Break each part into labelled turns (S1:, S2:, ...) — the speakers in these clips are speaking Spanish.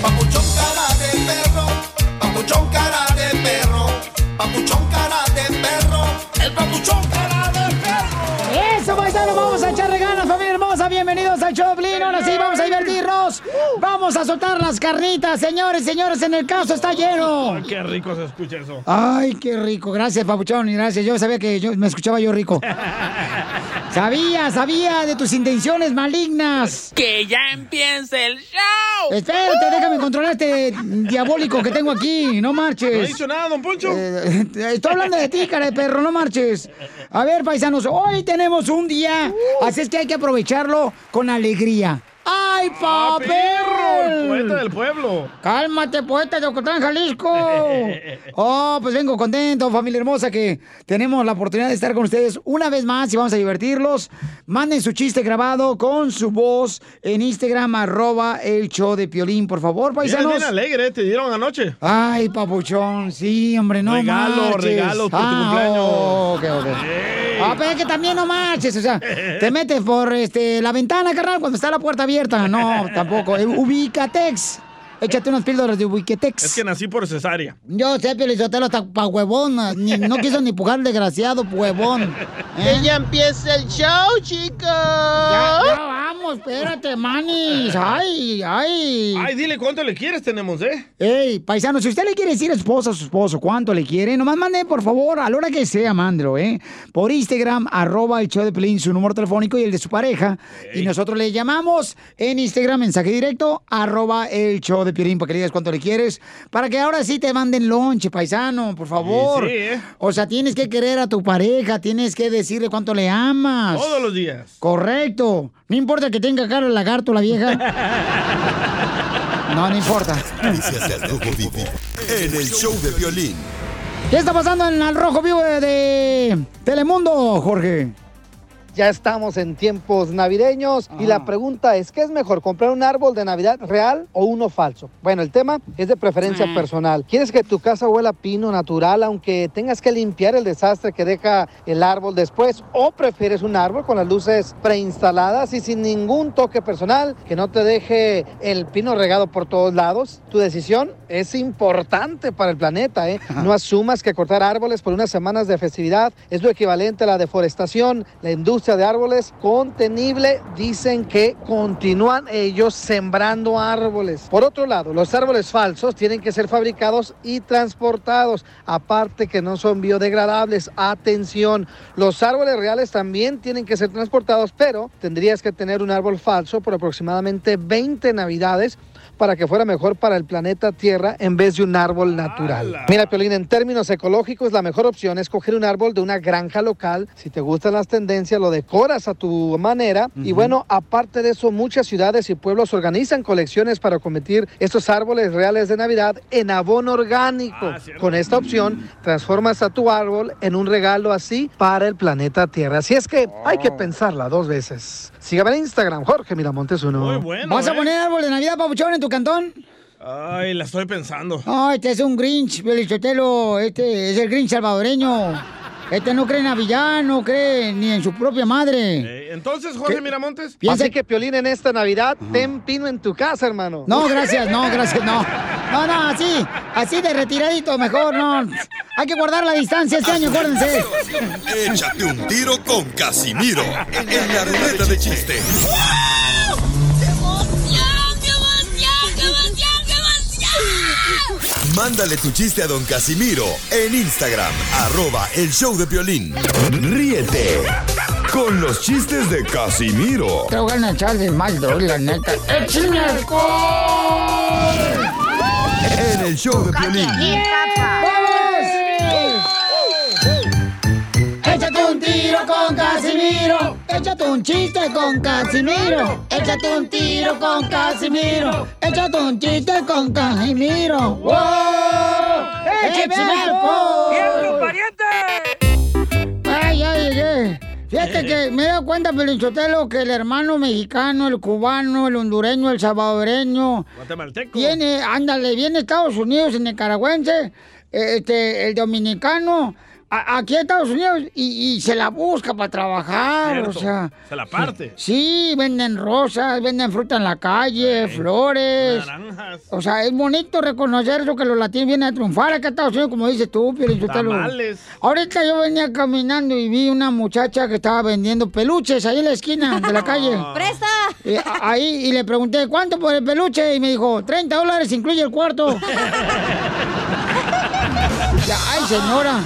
S1: Papuchón cara de perro, papuchón cara de perro, papuchón cara de perro, el papuchón cara de perro.
S2: Eso, paisanos, vamos a echarle ganas, familia hermosa. Bienvenidos al Choplin. Ahora sí, vamos a divertirnos. Vamos a soltar las carnitas, señores, señores. En el caso está lleno.
S3: Ay, qué rico se escucha eso.
S2: Ay, qué rico. Gracias, Papuchón. y Gracias. Yo sabía que yo, me escuchaba yo rico. Sabía, sabía de tus intenciones malignas.
S4: ¡Que ya empiece el show!
S2: Espérate, déjame controlar este diabólico que tengo aquí. No marches.
S3: No he dicho nada, don Poncho.
S2: Eh, Estoy hablando de ti, cara de perro, no marches. A ver, paisanos, hoy tenemos un día, así es que hay que aprovecharlo con alegría. ¡Ay,
S3: Ah, perro, el poeta
S2: papel!
S3: del pueblo.
S2: Cálmate, pues, poeta de Ocotlán, Jalisco. Oh, pues vengo contento, familia hermosa, que tenemos la oportunidad de estar con ustedes una vez más y vamos a divertirlos. Manden su chiste grabado con su voz en Instagram, arroba el show de Piolín, por favor,
S3: Vienes
S2: paisanos.
S3: bien alegre, te dieron anoche.
S2: Ay, papuchón, sí, hombre, no
S3: Regalo,
S2: marches. Ah,
S3: regalo por tu
S2: oh, ok, ok. Ah, pero es que también no marches, o sea, te metes por este, la ventana, carnal, cuando está la puerta abierta. No, tampoco. Eh, Ubicatex. Échate unas píldoras de Ubicatex.
S3: Es que nací por cesárea.
S2: Yo sé, Pelizotelo, está pa' huevón. ni- no quiso ni pujar, desgraciado, huevón. ¿Eh?
S5: ¡Ya empieza el show, chicos!
S2: Ya, ya vamos, espérate, manis. Ay, ay.
S3: Ay, dile cuánto le quieres, tenemos, ¿eh?
S2: Ey, paisano, si usted le quiere decir a su esposa, a su esposo, cuánto le quiere, nomás mande, por favor, a la hora que sea, mándelo, ¿eh? Por Instagram, arroba el show de Pelín, su número telefónico y el de su pareja. Y nosotros le llamamos en Instagram, mensaje directo, arroba el show de Pelín, para que le digas cuánto le quieres. Para que ahora sí te manden lonche, paisano, por favor.
S3: Sí, sí, ¿eh?
S2: O sea, tienes que querer a tu pareja, tienes que decirle cuánto le amas.
S3: Todos los días.
S2: Correcto. No importa que tenga cara de lagarto la vieja. No, no importa.
S1: Noticias del Rojo Vivo en el show de violín.
S2: ¿Qué está pasando en el Rojo Vivo de- de Telemundo, Jorge?
S5: Ya estamos en tiempos navideños y la pregunta es, ¿qué es mejor, comprar un árbol de Navidad real o uno falso? Bueno, el tema es de preferencia
S2: Mm.
S5: personal. ¿Quieres que tu casa huela a pino natural aunque tengas que limpiar el desastre que deja el árbol después? ¿O prefieres un árbol con las luces preinstaladas y sin ningún toque personal que no te deje el pino regado por todos lados? Tu decisión es importante para el planeta, ¿eh? No asumas que cortar árboles por unas semanas de festividad es lo equivalente a la deforestación. La industria de árboles contenible dicen que continúan ellos sembrando árboles. Por otro lado, los árboles falsos tienen que ser fabricados y transportados, aparte que no son biodegradables. Atención, los árboles reales también tienen que ser transportados, pero tendrías que tener un árbol falso por aproximadamente 20 navidades para que fuera mejor para el planeta Tierra en vez de un árbol natural.
S3: ¡Hala!
S5: Mira, Piolín, en términos ecológicos, la mejor opción es coger un árbol de una granja local. Si te gustan las tendencias, lo decoras a tu manera. Y bueno, aparte de eso, muchas ciudades y pueblos organizan colecciones para convertir estos árboles reales de Navidad en abono orgánico.
S3: Ah, cierto.
S5: Con esta opción, transformas a tu árbol en un regalo así para el planeta Tierra. Así es que hay
S3: Oh.
S5: que pensarla dos veces. Sígame en Instagram, Jorge Miramontes uno.
S3: Muy bueno.
S2: ¿Vas a
S3: ¿eh?
S2: poner árbol de Navidad, papuchón, en tu cantón?
S3: Ay, la estoy pensando.
S2: No, este es un Grinch, Belichotelo. Este es el Grinch salvadoreño. Este no cree en Navidad, no cree ni en su propia madre.
S3: Eh, entonces, Jorge
S2: ¿Qué?
S3: Miramontes.
S2: Piensa
S5: Así que Piolín en esta Navidad, ten pino en tu casa, hermano.
S2: No, gracias, no, gracias, no. No, no, así, así de retiradito, mejor, no. Hay que guardar la distancia este año, acuérdense.
S1: Échate un tiro con Casimiro en la ruleta de chiste.
S6: Mándale tu chiste a don Casimiro en Instagram, arroba el show de violín. Ríete con los chistes de Casimiro
S2: Tengo ganas de echarle mal, doy, la neta. ¡Eh, ¡Échame alcohol!
S6: en el show de violín.
S2: Échate un tiro con Casimiro. Échate un chiste con Casimiro. Échate un tiro con Casimiro. Échate un chiste con Casimiro. ¡Wow! ¡Échame alcohol! ¡Ay, ya llegué!
S3: Eh.
S2: Fíjate que me he dado cuenta, Pelinchotelo, que el hermano mexicano, el cubano, el hondureño, el salvadoreño,
S3: Guatemalteco.
S2: Viene, ándale, viene Estados Unidos, el nicaragüense, eh, este, el dominicano, a- aquí a Estados Unidos y, y se la busca para trabajar,
S3: Cierto.
S2: o sea.
S3: Se la parte.
S2: Sí, venden rosas, venden fruta en la calle, flores.
S3: Naranjas.
S2: O sea, es bonito reconocer eso que los latinos vienen a triunfar acá a Estados Unidos, como dices tú, Piolín Sotelo.
S3: Tamales.
S2: Ahorita yo venía caminando y vi una muchacha que estaba vendiendo peluches ahí en la esquina de la calle.
S3: Ah.
S7: ¡Presa!
S2: Y a- ahí y le pregunté, ¿cuánto por el peluche? Y me dijo, 30 dólares, incluye el cuarto. Ya, Ay, señora,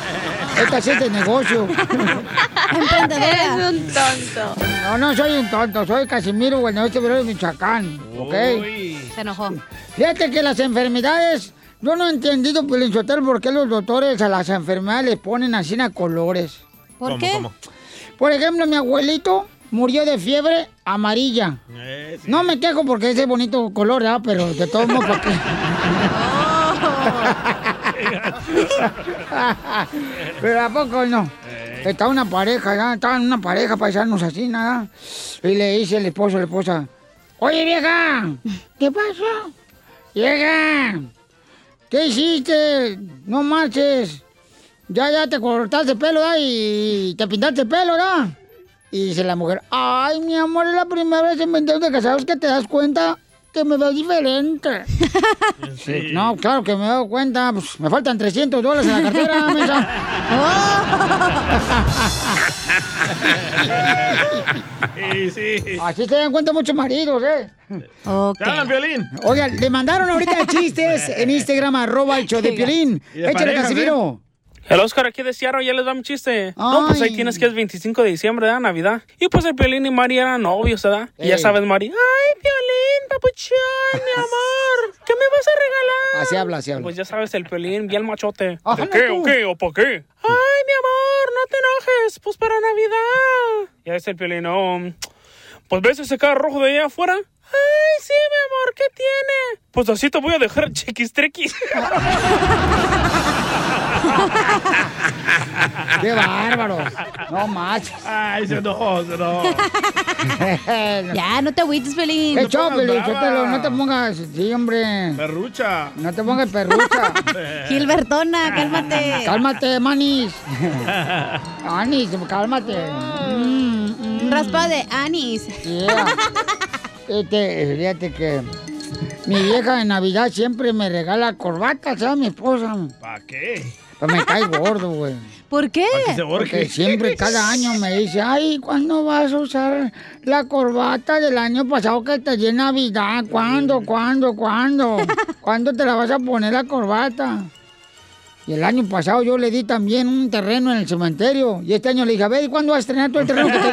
S2: esta sí es de negocio.
S7: Emprendedora. Eres un tonto.
S2: No, no soy un tonto, soy Casimiro, bueno, este pero de Michoacán, ¿ok?
S3: Uy.
S7: Se enojó.
S2: Fíjate que las enfermedades, yo no he entendido, Piolín Sotelo, por qué los doctores a las enfermedades les ponen así a colores.
S7: ¿Por
S3: ¿Cómo,
S7: qué?
S3: cómo?
S2: Por ejemplo, mi abuelito murió de fiebre amarilla.
S3: Eh, sí.
S2: No me quejo porque ese bonito color, ¿verdad? Pero de todos modos, ¿por qué?
S7: Oh.
S2: Pero a poco no. Estaba una pareja, ya, estaban una pareja paisanos así, nada. Y le dice el esposo a la esposa, oye vieja, ¿qué pasó? Vieja, ¿qué hiciste? No marches. Ya, ya te cortaste el pelo, ¿da? Y te pintaste el pelo, ¿da? Y dice la mujer, ay, mi amor, es la primera vez en 20 años de casados que te das cuenta que me veo diferente.
S3: Sí.
S2: Eh, No, claro que me he dado cuenta, pues, me faltan 300 dólares en la cartera, mesa.
S3: Sí, sí.
S2: Así se dan cuenta muchos maridos, ¿eh?
S7: Ok.
S3: Te hablan, violín.
S2: Oigan, le mandaron ahorita chistes en Instagram, arroba el show de Piolín.
S3: Y de
S2: Échale,
S3: parejas, ¿eh?
S2: Casimiro.
S8: ¿eh? El Oscar aquí de Seattle ya les da un chiste. No, pues
S2: Ay.
S8: ahí tienes que es 25 de diciembre, ¿verdad? Navidad. Y pues el Piolín y Mari eran novios, ¿verdad? Y ya
S2: Ey.
S8: sabes, Mari. Ay, Piolín, papuchón, mi amor. ¿Qué me vas a regalar?
S2: Así Ah, habla, así habla.
S8: Pues ya sabes, el Piolín, bien machote.
S2: Ajá,
S8: ¿De qué
S2: no tú.
S8: o qué o por qué? Ay, mi amor, no te enojes. Pues para Navidad. Ya es el Piolín, no. Pues ves ese carro rojo de allá afuera. Ay, sí, mi amor, ¿qué tiene? Pues así te voy a dejar chiquistrequis.
S2: ¡Qué bárbaros! No manches.
S3: Ay, se enojó, se enojó.
S7: Ya, no te agüites, Pelín.
S2: ¡Qué chau,
S3: pongas
S2: Piolín,
S3: brava.
S2: Sotelo, No te pongas, sí, hombre.
S3: Perrucha.
S2: No te pongas perrucha.
S7: Gilbertona, cálmate.
S2: cálmate, manis. Manis, cálmate. Mm, mm.
S7: Raspa de anís.
S2: Yeah. Este, fíjate que mi vieja en Navidad siempre me regala corbatas, ¿sabes? Mi esposa.
S3: ¿Para qué?
S2: Pero me cae gordo, güey.
S7: ¿Por qué?
S3: ¿Para que se
S2: Porque
S3: orque?
S2: siempre, cada año me dice, ay, ¿cuándo vas a usar la corbata del año pasado que te di en Navidad? ¿Cuándo, cuándo, cuándo? ¿Cuándo te la vas a poner la corbata? Y el año pasado yo le di también un terreno en el cementerio. Y este año le dije, a ver, ¿y cuándo vas a estrenar todo el terreno que te di?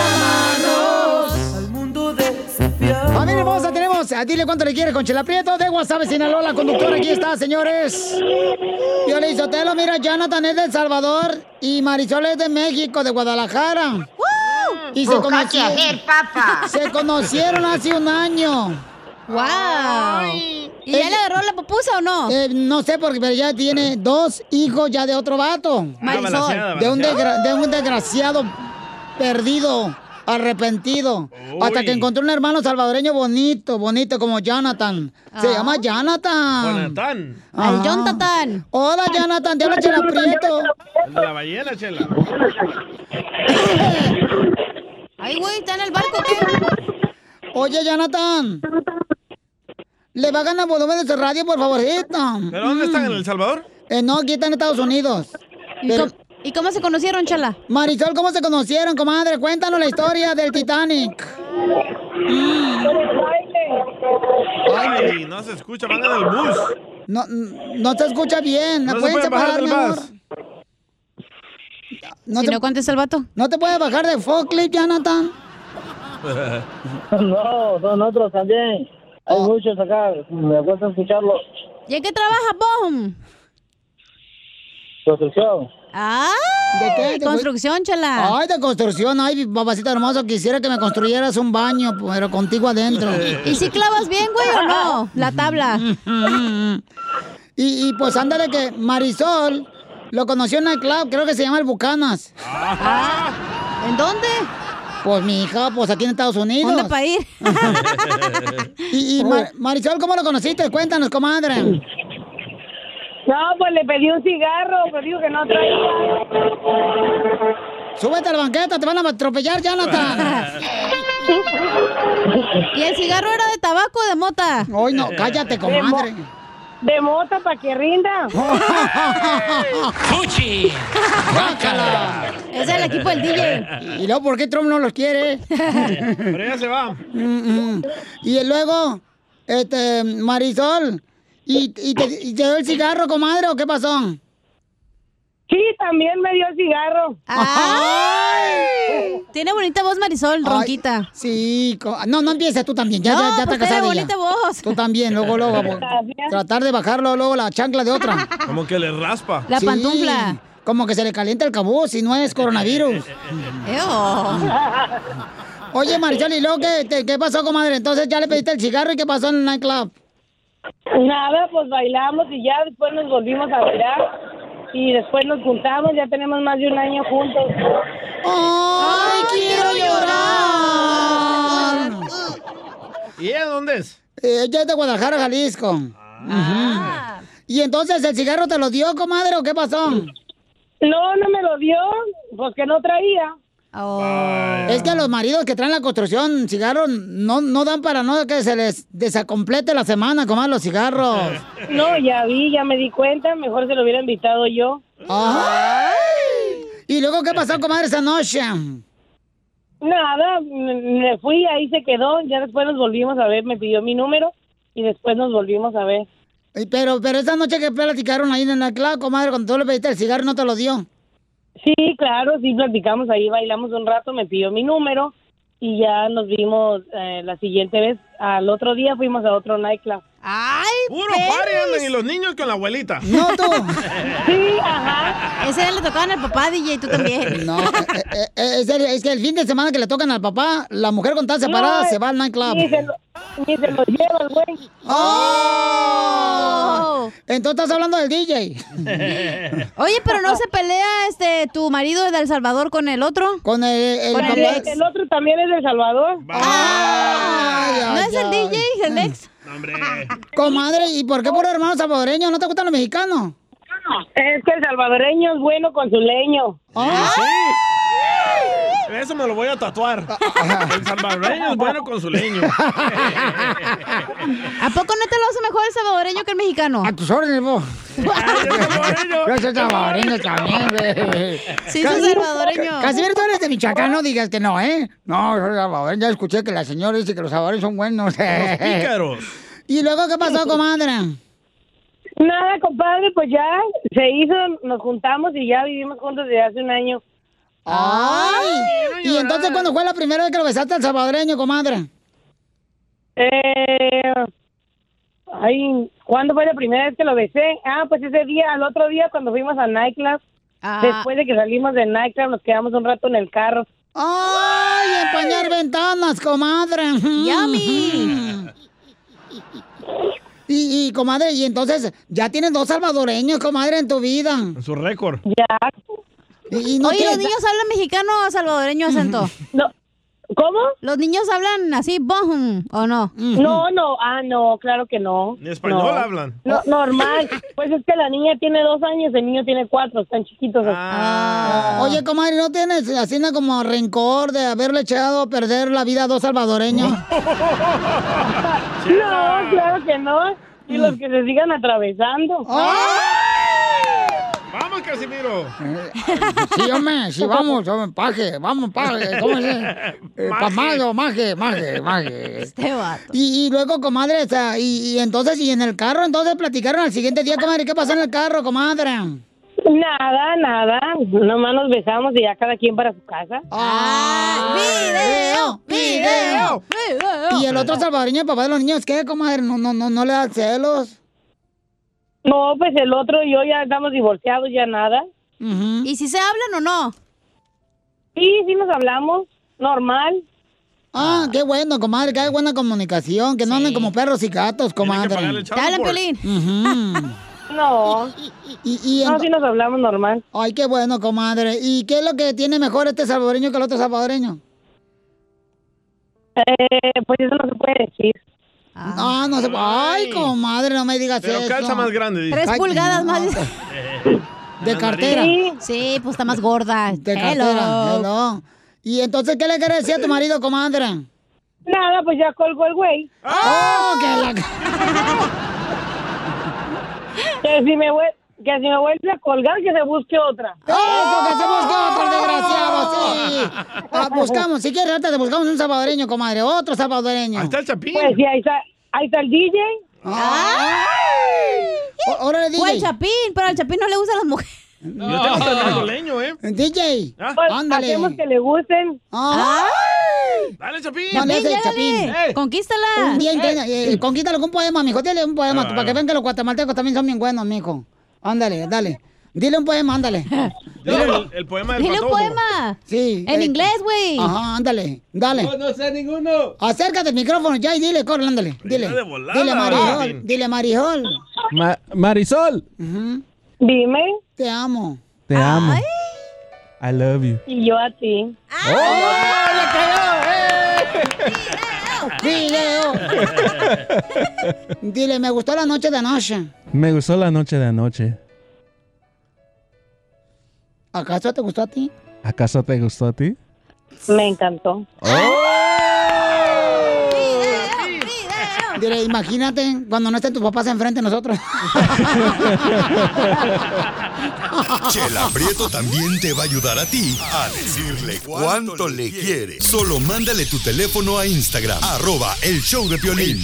S2: Familia hermosa, tenemos a Dile Cuánto Le Quieres con Chela Prieto de WhatsApp Sinaloa, la conductora, aquí está, señores. Yo le Sotelo, mira, Jonathan es de El Salvador y Marisol es de México, de Guadalajara. Y se conocieron, se conocieron hace un año.
S7: ¡Wow! ¿Y ya le agarró la papusa o no?
S2: Eh, no sé, porque pero ya tiene dos hijos ya de otro vato.
S3: Ah,
S7: Marisol.
S3: balanceada,
S2: De un,
S3: balanceada.
S2: desgra- de un desgraciado perdido. arrepentido. Hasta que encontré un hermano salvadoreño bonito, bonito como Jonathan. Se
S3: Ah.
S2: llama Jonathan.
S3: Jonathan.
S2: Al Jonathan. Hola, Jonathan, te habla Chela Prieto.
S3: El de la ballena, chela.
S2: Ay, güey, está en el barco, ¿qué? Oye, Jonathan. Le va a ganar volumen de su radio, por favorcito.
S3: ¿Pero dónde están? ¿En El
S2: Salvador? no, aquí están en Estados Unidos. ¿Y, cómo, se conocieron, Chala? Marisol, ¿cómo se conocieron, comadre? Cuéntanos la historia del Titanic.
S3: Ay, no se escucha, van en el bus.
S2: No, no te escucha bien. ¿La
S3: No se
S2: pueden
S3: puede bajar
S2: separar,
S3: del
S2: mi amor?
S3: bus.
S2: No te... no el vato? ¿No te puedes bajar de forklift, Jonathan?
S9: No, son otros también. Hay
S2: Oh.
S9: muchos acá, me gusta escucharlos.
S7: ¿Y en qué trabaja, Bom?
S9: Construcción.
S7: ¡Ah!
S2: ¿De
S7: Construcción, Chala.
S2: Ay, de construcción. Ay, papacita hermosa, quisiera que me construyeras un baño, pero contigo adentro.
S7: ¿Y si clavas bien, güey, o no?
S2: La tabla. y, y pues ándale que Marisol lo conoció en el club, creo que se llama El Bucanas.
S7: Ah.
S2: ¿En dónde? Pues mi hija, pues aquí en Estados Unidos. ¿Dónde para ir? y y Mar- Marisol, ¿cómo lo conociste? Cuéntanos, comadre.
S10: No, pues le pedí un cigarro, pero dijo que no traía.
S2: Súbete a la banqueta, te van a atropellar, Jonathan.
S7: ¿Y el cigarro era de tabaco o de mota?
S2: Ay, no, cállate, comadre.
S7: De,
S10: mota para que rinda.
S7: ¡Fuchi!
S2: ¡Bácala!
S7: Es el equipo del DJ.
S2: ¿Y luego por qué Trump no los quiere?
S3: Pero ya se va.
S2: Mm, mm. y luego, este, Marisol, ¿y, y te, y te dio el cigarro, comadre, o qué pasó?
S10: Sí, también me dio el cigarro.
S7: ¡Ay! Tiene bonita voz Marisol, ronquita.
S2: Sí, co- ah, no, no empieces tú también, ya, ya, ya
S7: pues
S2: está
S7: tiene
S2: casada.
S7: bonita voz.
S2: Tú también, luego, luego, bo- tratar de bajarlo, luego la chancla de otra.
S3: Como que le raspa.
S2: Sí, Como que se le calienta el cabo si no es coronavirus. Oye, Marisol, ¿y luego qué, te- qué pasó, comadre? Entonces ya le pediste el cigarro y qué pasó en el nightclub.
S10: Nada, pues bailamos y ya después nos volvimos a bailar. Y después nos juntamos, ya tenemos más de un año juntos.
S2: Oh, ¡Ay, quiero llorar!
S3: ¿Y ella dónde es?
S2: Eh, Ella es de Guadalajara, Jalisco.
S7: Ah.
S2: Ujú. ¿Y entonces el cigarro te lo dio, comadre, o qué pasó?
S10: No, no me lo dio, pues que no traía.
S2: Es que a los maridos que traen la construcción cigarro no, no dan para no que se les desacomplete la semana comer los cigarros.
S10: No, ya vi, ya me di cuenta, mejor se lo hubiera invitado yo.
S2: Ay. ¿Y luego qué pasó, comadre, esa noche?
S10: Nada, me me fui, ahí se quedó, ya después nos volvimos a ver, me pidió mi número y después nos volvimos a ver.
S2: Y Pero, pero esa noche que platicaron ahí en la clave, comadre, cuando tú le pediste el cigarro no te lo dio.
S10: Sí, claro, sí platicamos ahí, bailamos un rato, me pidió mi número y ya nos vimos eh, la siguiente vez. Al otro día fuimos a otro nightclub.
S7: ¡Ay!
S3: Puro party andan y los niños con la abuelita.
S2: No, tú.
S10: Sí, ajá.
S7: Ese día le tocaban al papá, DJ, tú también.
S2: No, eh, eh, eh, es, el, es que el fin de semana que le tocan al papá, la mujer con tal separada
S7: No,
S2: se va al nightclub.
S7: ni se
S10: ni se lo lleva el güey.
S2: ¡Oh! Entonces estás hablando del DJ.
S7: Oye, pero no se pelea este tu marido de El Salvador con el otro.
S2: Con el,
S10: Con el, el otro también es de El Salvador.
S7: ¿No es el DJ, el ex?
S2: Comadre, ¿y por qué por hermano salvadoreño? ¿No te gustan los mexicanos?
S10: Es que el salvadoreño es bueno con su leño.
S2: ¡Ah!
S3: Eso me lo voy a tatuar. El salvadoreño es bueno con su leño.
S7: ¿A poco no te lo hace mejor el salvadoreño que el mexicano? A
S2: tus órdenes, vos. Yo soy salvadoreño también, güey.
S7: Sí, soy
S2: Casimiro,
S7: salvadoreño.
S2: Ca- Casimiro, tú eres de Michoacán, no digas que no, ¿eh? No, soy salvadoreño. Ya escuché que la señora dice que los salvadoreños son buenos. eh.
S3: Los pícaros.
S2: ¿Y luego qué pasó, comadre?
S10: Nada, compadre, pues ya se hizo, nos juntamos y ya vivimos juntos desde hace un año.
S2: ¡Ay! ¿Y entonces cuándo fue la primera vez que lo besaste al salvadoreño, comadre?
S10: Eh, ay, ¿cuándo fue la primera vez que lo besé? Ah, pues ese día, al otro día cuando fuimos a nightclub.
S2: Ah.
S10: Después de que salimos de nightclub, nos quedamos un rato en el carro.
S2: ¡Ay, empañar ventanas, comadre! ¡Yummy! Y, y, comadre, y entonces ya tienes dos salvadoreños, comadre, en tu vida. En
S3: su récord.
S10: Ya.
S2: Y, y no
S7: Oye,
S2: quieres-
S7: los niños hablan mexicano o salvadoreño acento.
S10: No, ¿Cómo?
S7: ¿Los niños hablan así, boom, o no?
S10: No, no, ah, no, claro que no.
S3: Ni español
S10: No.
S3: hablan.
S10: No, normal. Pues es que la niña tiene dos años, el niño tiene cuatro, están chiquitos.
S2: Oye, comadre, ¿no tienes así na, como rencor de haberle echado a perder la vida a dos salvadoreños?
S10: No, claro que no. Y los que se sigan atravesando.
S2: Ah.
S3: ¡Vamos, Casimiro!
S2: Eh. Pues Sí, hombre, sí, vamos, hombre, paje, vamos, paje, ¿cómo se eh,
S3: Maje.
S2: Pamado, maje, maje, maje.
S7: Este vato.
S2: Y, y luego, comadre, o sea, y, y entonces, y en el carro, entonces platicaron al siguiente día, comadre, ¿qué pasó en el carro, comadre?
S10: Nada, Ah, nada. Nomás nos besamos y ya cada quien para su casa.
S2: Ah, ¡Video! ¡Video! Y el otro salvadoreño, el papá de los niños, ¿qué, comadre? No, no, no, no le da celos.
S10: No, pues el otro y yo ya estamos divorciados, ya nada.
S7: ¿Y si se hablan o no?
S10: Sí, sí nos hablamos, normal.
S2: Ah, qué bueno, comadre, que hay buena comunicación, que no anden como perros y gatos,
S10: pagarle
S2: comadre.
S10: el Te hablan, Challenger.
S2: Ujú.
S10: No. No, sí nos hablamos normal.
S2: Ay, qué bueno, comadre. ¿Y qué es lo que tiene mejor este salvadoreño que el otro salvadoreño?
S10: Eh, pues eso no se puede decir.
S2: Ah, no se puede. Ay, comadre, no me digas
S3: Pero
S2: eso.
S3: calza más grande, dice.
S7: Tres
S3: Ay,
S7: pulgadas
S2: no.
S7: más.
S2: De cartera.
S7: Sí, Sí, pues está más gorda.
S2: De cartera, hello. ¿Y entonces qué le quiere decir a tu marido, comadre?
S10: Nada, pues ya colgó el güey.
S2: ¡Oh, que la...
S10: Que si me, vuel- que si me vuelve a colgar, que se busque otra.
S2: ¡Eso, Oh, que se busque otro desgraciado, sí! Ah, buscamos, si quieres, ahorita te buscamos un salvadoreño, comadre. Otro salvadoreño. Ah, Ahí está el chapín.
S10: Pues sí, ahí está, ahí está el DJ.
S2: Órale,
S7: O el
S2: DJ.
S7: chapín, pero al chapín no le gustan las mujeres.
S3: Yo tengo hasta el narcoleño, ¿eh?
S2: DJ,
S10: Pues,
S3: ándale.
S10: Hacemos que le gusten.
S2: Ah.
S3: ¡Dale, Chapín!
S2: No le hace el chapín. Un día intenta- eh, conquístalo con un poema, mijo. Dile un poema,
S3: Ah,
S2: tú, para que vean que los guatemaltecos también son bien buenos, mijo. Ándale, dale. Dile un poema, ándale. eh.
S3: Dile el, el poema del patojo.
S2: Sí.
S3: En
S2: inglés, güey. Ajá, ándale, dale.
S3: Yo
S2: no sé ninguno. Acércate al micrófono ya y dile, corre, ándale. Dile.
S3: de volada,
S2: Dile, Marijol.
S3: Martín.
S2: Dile, Marijol.
S11: Marisol,
S10: Dime.
S2: Te amo.
S11: te amo. I love you.
S10: Y yo a ti.
S2: Oh, Video. eh. Dile, me gustó la noche de anoche.
S11: Me gustó la noche de anoche.
S2: ¿Acaso te gustó a ti?
S11: ¿Acaso te gustó a ti?
S10: Me encantó.
S2: ¡Oh! Dile, imagínate cuando no estén tus papás enfrente de nosotros.
S6: Chela Prieto también te va a ayudar a ti a decirle cuánto le quieres. Solo mándale tu teléfono a Instagram, arroba el show de Piolín.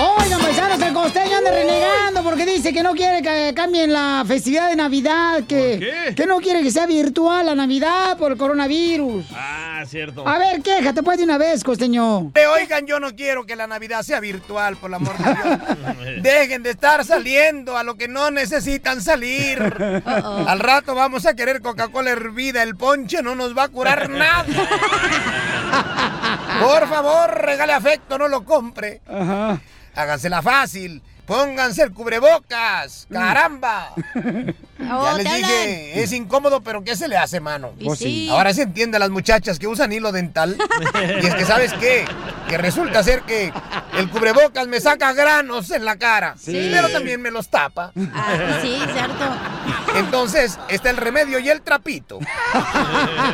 S2: Oigan, paisanos, el costeño anda renegando porque dice que no quiere que cambien la festividad de Navidad, que, que no quiere que sea virtual la Navidad por el coronavirus.
S3: Ah, cierto.
S2: A ver, quéjate pues de una vez, costeño.
S12: Te oigan, yo no quiero que la Navidad sea virtual, por el amor de Dios. Dejen de estar saliendo a lo que no necesitan salir. Al rato vamos a querer Coca-Cola hervida, el ponche no nos va a curar nada. Por favor, regale afecto, no lo compre. Hágansela fácil. Pónganse el cubrebocas.
S13: Mm.
S12: Caramba. ya les
S13: te
S12: dije, es incómodo, pero ¿qué se le hace, mano?
S13: Y Oh, Pues sí. sí.
S12: Ahora se entiende a las muchachas que usan hilo dental. y es que, ¿sabes qué? Que resulta ser que el cubrebocas me saca granos en la cara,
S13: Sí.
S12: pero también me los tapa.
S7: Ah, Sí, cierto.
S12: Entonces, está el remedio y el trapito.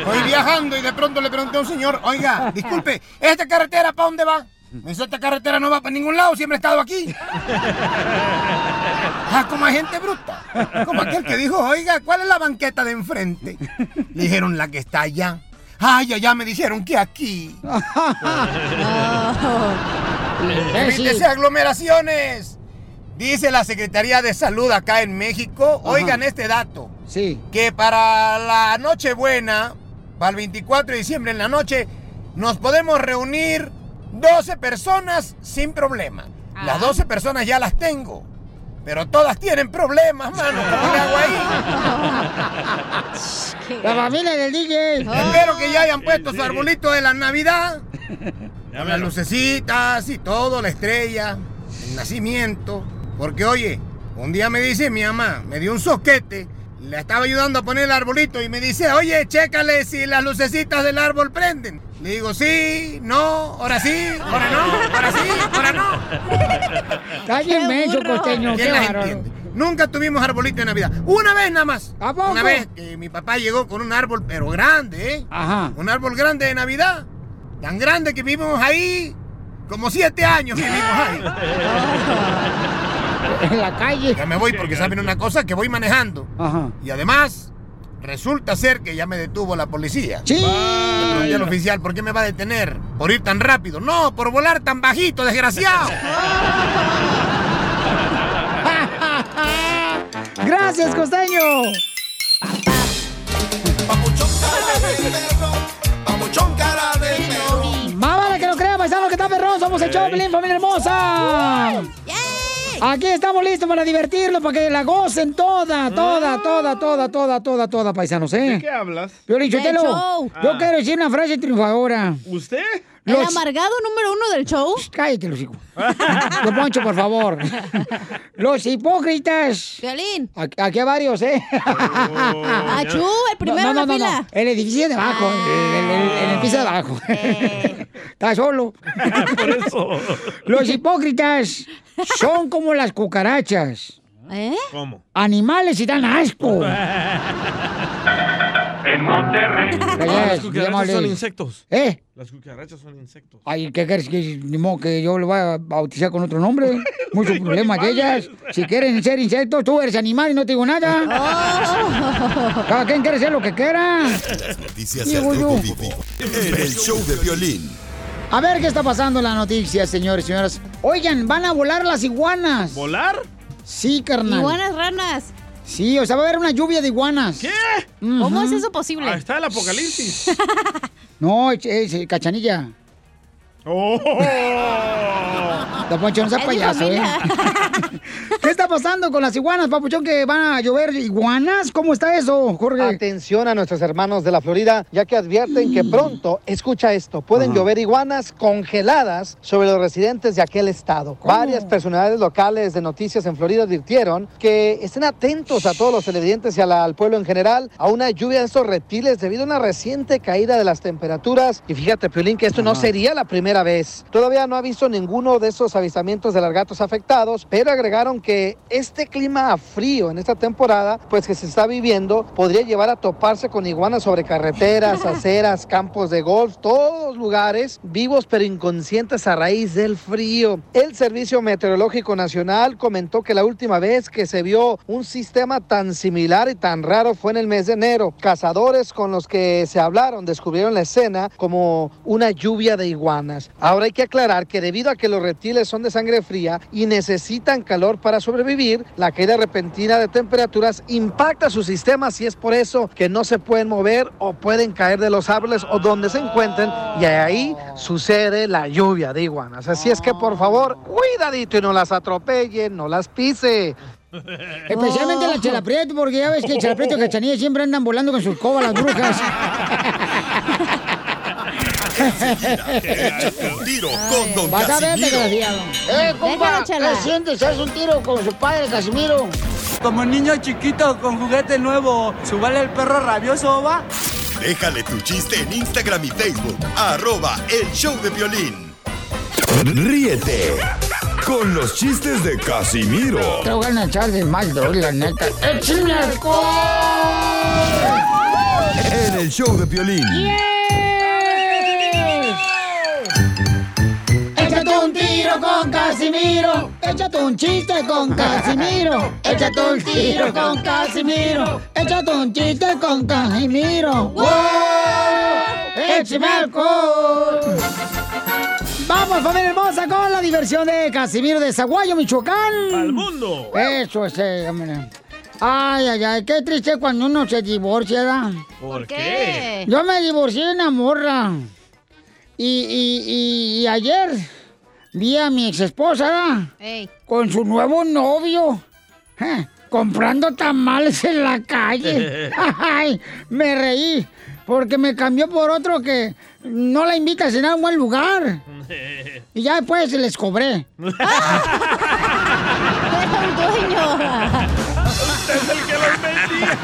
S12: Voy viajando y de pronto le pregunté a un señor, oiga, disculpe, ¿esta carretera para dónde va? Me dice, esta carretera no va para ningún lado, siempre he estado aquí. Ah, como a gente bruta. Como aquel que dijo, oiga, ¿cuál es la banqueta de enfrente? Le dijeron, la que está allá. Ay, allá me dijeron que aquí.
S1: Eh,
S12: Evítese aglomeraciones. Dice la Secretaría de Salud acá en México, oigan este dato.
S2: Sí.
S12: Que para la Nochebuena, para el 24 de diciembre en la noche, nos podemos reunir 12 personas sin problema. Las 12 personas ya las tengo. Pero todas tienen problemas, mano. ¿Cómo le hago ahí?
S2: La familia del DJ.
S12: Espero que ya hayan puesto su arbolito de la Navidad. Con
S13: mero.
S12: las lucecitas y todo, la estrella, el nacimiento. Porque oye, un día me dice mi mamá, me dio un soquete.
S13: Le estaba ayudando a poner el arbolito y me dice, oye, chécale si las lucecitas del árbol prenden. Le digo, sí, no, ahora sí, ahora no, ahora sí, ahora no.
S2: Cállenme, yo costeño,
S13: ¿Quién
S2: qué
S13: las
S2: bárbaro.
S13: entiende? Nunca tuvimos arbolito de Navidad. Una vez nada más. Una vez que mi papá llegó con un árbol, pero grande, ¿eh?
S2: Ajá.
S13: Un árbol grande de Navidad. Tan grande que vivimos ahí como siete años vivimos ahí.
S2: En la calle.
S13: Ya me voy porque saben una cosa, que voy manejando.
S2: Ajá.
S13: Y además, resulta ser que ya me detuvo la policía.
S2: Sí.
S13: Le pregunté al oficial, ¿por qué me va a detener? ¿Por ir tan rápido? No, por volar tan bajito, desgraciado.
S2: Ah, Gracias, costeño.
S1: Papuchón cara de perro.
S2: Más vale que lo crea, paisano, que está perrón. Somos el show, de Pelín, familia hermosa. Aquí estamos listos para divertirlo, para que la gocen toda, toda, toda, toda, toda, toda, toda, paisanos, ¿eh?
S3: Mm. ¿De qué hablas?
S2: Piolín,
S3: Del
S2: Chotelo,
S3: show.
S2: yo
S3: Ah.
S2: quiero decir una frase triunfadora.
S3: ¿Usted?
S7: ¿El amargado número uno del show?
S2: Cállate, los hijos. Don Poncho, por favor. Los hipócritas.
S7: Violín.
S2: Aquí, aquí hay varios, ¿eh?
S7: Oh, Achú, el primero en la fila.
S2: El edificio de abajo. El, el- el- el piso de abajo.
S7: Eh.
S2: Está solo.
S3: Por eso.
S2: Los hipócritas son como las cucarachas.
S7: ¿Eh?
S3: ¿Cómo?
S2: Animales y dan asco.
S3: En Monterrey.
S2: Gracias,
S3: Las
S2: bien
S3: cucarachas
S2: amable.
S3: son insectos.
S2: ¿Eh?
S3: Las cucarachas son insectos.
S2: Ay, ¿qué quieres? Que, ni modo que yo lo vaya a bautizar con otro nombre. Muchos problemas de ellas. Si quieren ser insectos, tú eres animal y no te digo nada. Cada quien quiere ser lo que quiera.
S6: Las noticias
S2: Sí,
S6: del
S2: voy
S6: Rojo
S2: yo.
S6: Vivo. En el show de violín.
S2: A ver qué está pasando en las noticias, señores y señoras. Oigan, van a volar las iguanas.
S3: ¿Volar?
S2: Sí, carnal.
S7: Iguanas ranas.
S2: Sí, o sea, va a haber una lluvia de iguanas. ¿Qué?
S7: ¿Cómo es eso posible?
S3: Ah, está el apocalipsis.
S2: No, es, es cachanilla.
S3: ¡Oh!
S2: Don Poncho, no sea
S3: Es mi
S2: payaso, ¿eh?
S3: familia.
S2: ¿Qué está pasando con las iguanas, papuchón, que van a llover iguanas? ¿Cómo está eso, Jorge?
S5: Atención a nuestros hermanos de la Florida, ya que advierten que pronto, escucha esto, pueden llover iguanas congeladas sobre los residentes de aquel estado. Varias personalidades locales de noticias en Florida advirtieron que estén atentos a todos los televidentes y a la- al pueblo en general a una lluvia de estos reptiles debido a una reciente caída de las temperaturas. Y fíjate, Piolín, que esto no sería la primera vez. Todavía no ha visto ninguno de esos avistamientos de largatos afectados, pero agregaron que este clima frío en esta temporada, pues que se está viviendo, podría llevar a toparse con iguanas sobre carreteras, aceras, campos de golf, todos lugares vivos pero inconscientes a raíz del frío. El Servicio Meteorológico Nacional comentó que la última vez que se vio un sistema tan similar y tan raro fue en el mes de enero. Cazadores con los que se hablaron descubrieron la escena como una lluvia de iguanas. Ahora hay que aclarar que debido a que los reptiles son de sangre fría y necesitan calor para sobrevivir, la caída repentina de temperaturas impacta sus sistemas y es por eso que no se pueden mover o pueden caer de los árboles o donde se encuentren y ahí sucede la lluvia de iguanas. Así es que por favor, cuidadito y no las atropellen, no las pise.
S2: Especialmente Eh,
S6: Oh.
S2: la Chela Prieto, porque ya ves que Chela Prieto y Cachanilla siempre andan volando con sus cobas las brujas.
S6: Échate un tiro con Don
S2: Vas a ver,
S6: Casimiro.
S2: desgraciado. Eh, compa,
S6: Déjalo, Chela.
S2: ¿qué sientes? ¿Haz un tiro con su padre, Casimiro?
S14: Como niño chiquito con juguete nuevo, subale el perro rabioso, va.
S6: Déjale tu chiste en Instagram y Facebook. Arroba el show de violín. Ríete. Con los chistes de Casimiro.
S2: Te voy a echar de mal, bro, la neta.
S6: Eh.
S2: ¡Échame alcohol!
S6: En el show de violín.
S2: Échate un tiro con Casimiro. Échate un chiste con Casimiro. Échate un tiro con Casimiro. Échate un chiste con Casimiro. ¡Wow! ¡Échame alcohol! Vamos, familia hermosa, con la diversión de Casimiro de Zaguayo, Michoacán. ¡Al mundo! Eso es, eh, hombre. Ay, ay, ay, qué triste cuando uno se divorcia, ¿verdad?
S3: ¿Por qué?
S2: Yo me divorcié de una morra. Y, y- y- y ayer vi a mi ex esposa
S7: Ey.
S2: con su nuevo novio ja, comprando tamales en la calle. Ay, me reí porque me cambió por otro que no la invita a cenar a un buen lugar.
S3: Eh.
S2: Y ya después les cobré.
S7: ¡Era el dueño!
S3: Usted es el que los bendice.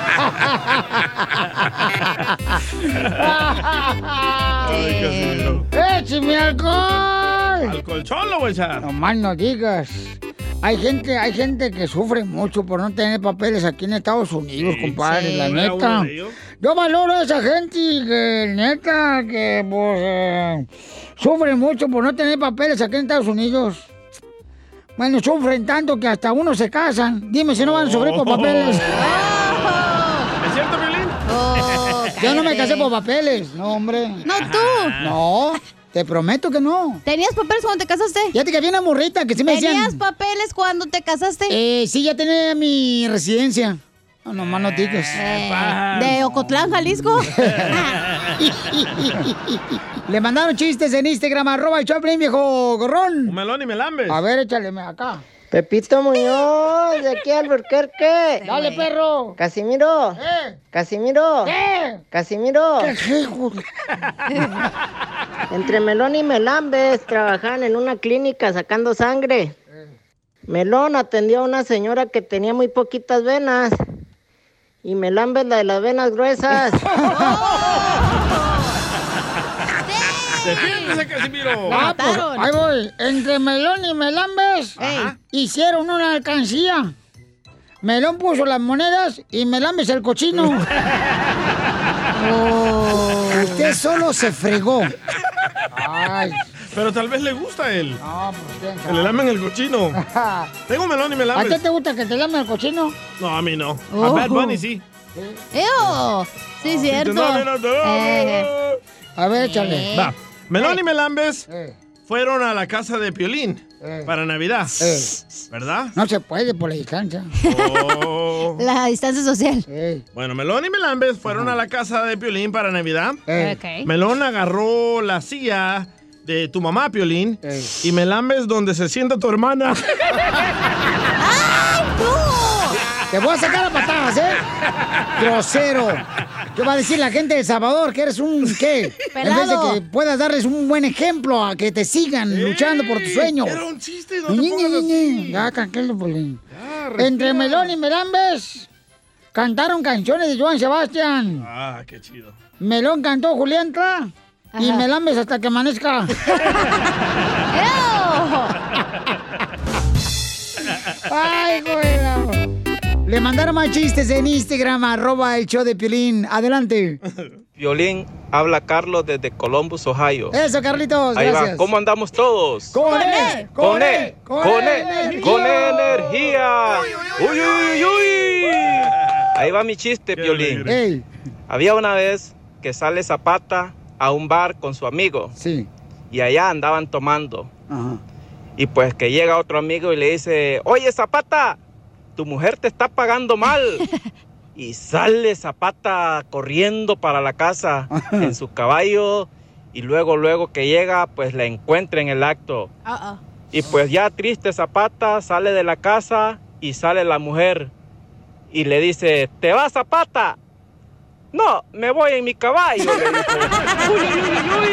S2: ¡Écheme alcohol!
S3: Al colchón lo voy a echar.
S2: No más no digas. Hay gente, hay gente que sufre mucho por no tener papeles aquí en Estados Unidos, compadre,
S3: Sí.
S2: la
S3: ¿No era
S2: neta.
S3: uno de ellos?
S2: Yo valoro a esa gente que, neta, que pues eh, sufren mucho por no tener papeles aquí en Estados Unidos. Bueno, sufren tanto que hasta unos se casan. Dime si no van a sufrir
S1: Oh.
S2: por papeles.
S3: Oh. ¿Es cierto, Violín?
S2: Oh, Yo no me casé por papeles, no, hombre. No, tú. No, te prometo que no.
S7: ¿Tenías papeles cuando te casaste?
S2: Ya te había una morrita que sí me decían.
S7: ¿Tenías papeles cuando te casaste?
S2: Eh, sí, ya tenía mi residencia. No, no más noticias.
S7: Eh, de Ocotlán, Jalisco.
S2: Le mandaron chistes en Instagram, arroba el Choplin, viejo gorrón. Un
S3: melón y melambes.
S2: A ver, échale acá.
S15: Pepito Muñoz, de aquí Alburquerque.
S2: Dale, perro.
S15: Casimiro. Casimiro.
S2: ¿Eh? ¿Qué?
S15: Casimiro.
S2: ¿Qué
S15: Entre Melón y Melambes trabajaban en una clínica sacando sangre.
S2: Eh.
S15: Melón atendió a una señora que tenía muy poquitas venas. Y Melambes la de las venas gruesas.
S3: ¡Defiéndese, Casimiro!
S2: Ah, pues, ahí voy. Entre Melón y Melambes hicieron una alcancía. Melón puso las monedas y Melambes el cochino. Oh, usted solo se fregó. Ay.
S3: Pero tal vez le gusta a él.
S2: No, pues quién
S3: Que le lamen el cochino. Tengo melón y me
S2: ¿A ti
S3: lamen.
S2: te gusta que te llame el cochino?
S3: No, a mí no. A
S2: Oh.
S3: Bad Bunny sí.
S7: ¡Eo! Sí, cierto.
S3: no, no, no, no.
S7: Eh,
S2: A ver, échale.
S3: Va. Melón
S2: Eh.
S3: y Melambes fueron a la casa de Piolín
S2: Eh.
S3: para Navidad. ¿Verdad?
S2: No se puede por la distancia.
S3: Oh.
S7: La distancia social.
S3: Bueno, Melón y Melambes fueron a la casa de Piolín para Navidad.
S7: Ey. Ok.
S3: Melón agarró la silla de tu mamá, Piolín, y Melambes donde se sienta tu hermana.
S2: Te voy a sacar a patadas, ¿eh? Grosero. ¿Qué va a decir la gente de El Salvador? Que eres un qué. En vez
S3: Pelado.
S2: de que puedas darles un buen ejemplo a que te sigan luchando por tus sueños.
S3: Era un chiste, no te
S2: Ñe,
S3: pongas
S2: Ñe, Ñe.
S3: así.
S2: Ya, tranquilo, Piolín.
S3: respira.
S2: Entre Melón y Melambes cantaron canciones de Joan Sebastián.
S3: Ah, qué chido.
S2: Melón cantó Julián Tra y
S3: Ajá.
S2: Melambes hasta que amanezca. ¡Ay, güey! Le mandaron más chistes en Instagram, arroba el show de Piolín. Adelante.
S11: Violín, habla Carlos desde Columbus, Ohio.
S2: Eso, Carlitos,
S11: Ahí va,
S2: gracias.
S11: ¿cómo andamos todos?
S2: ¡Con él!
S11: Con él, con él, con E energía. Uy, uy, uy, uy. Ahí va mi chiste, Violín.
S2: Ey.
S11: Había una vez que sale Zapata a un bar con su amigo.
S2: Sí.
S11: Y allá andaban tomando. Y pues que llega otro amigo y le dice, oye Zapata, tu mujer te está pagando mal. Y sale Zapata corriendo para la casa en su caballo y luego, luego que llega, pues la encuentra en el acto.
S7: Ah, ah.
S11: Y pues ya triste Zapata sale de la casa y sale la mujer y le dice, ¿te vas Zapata? No, me voy en mi caballo. le dijo. Uy, uy,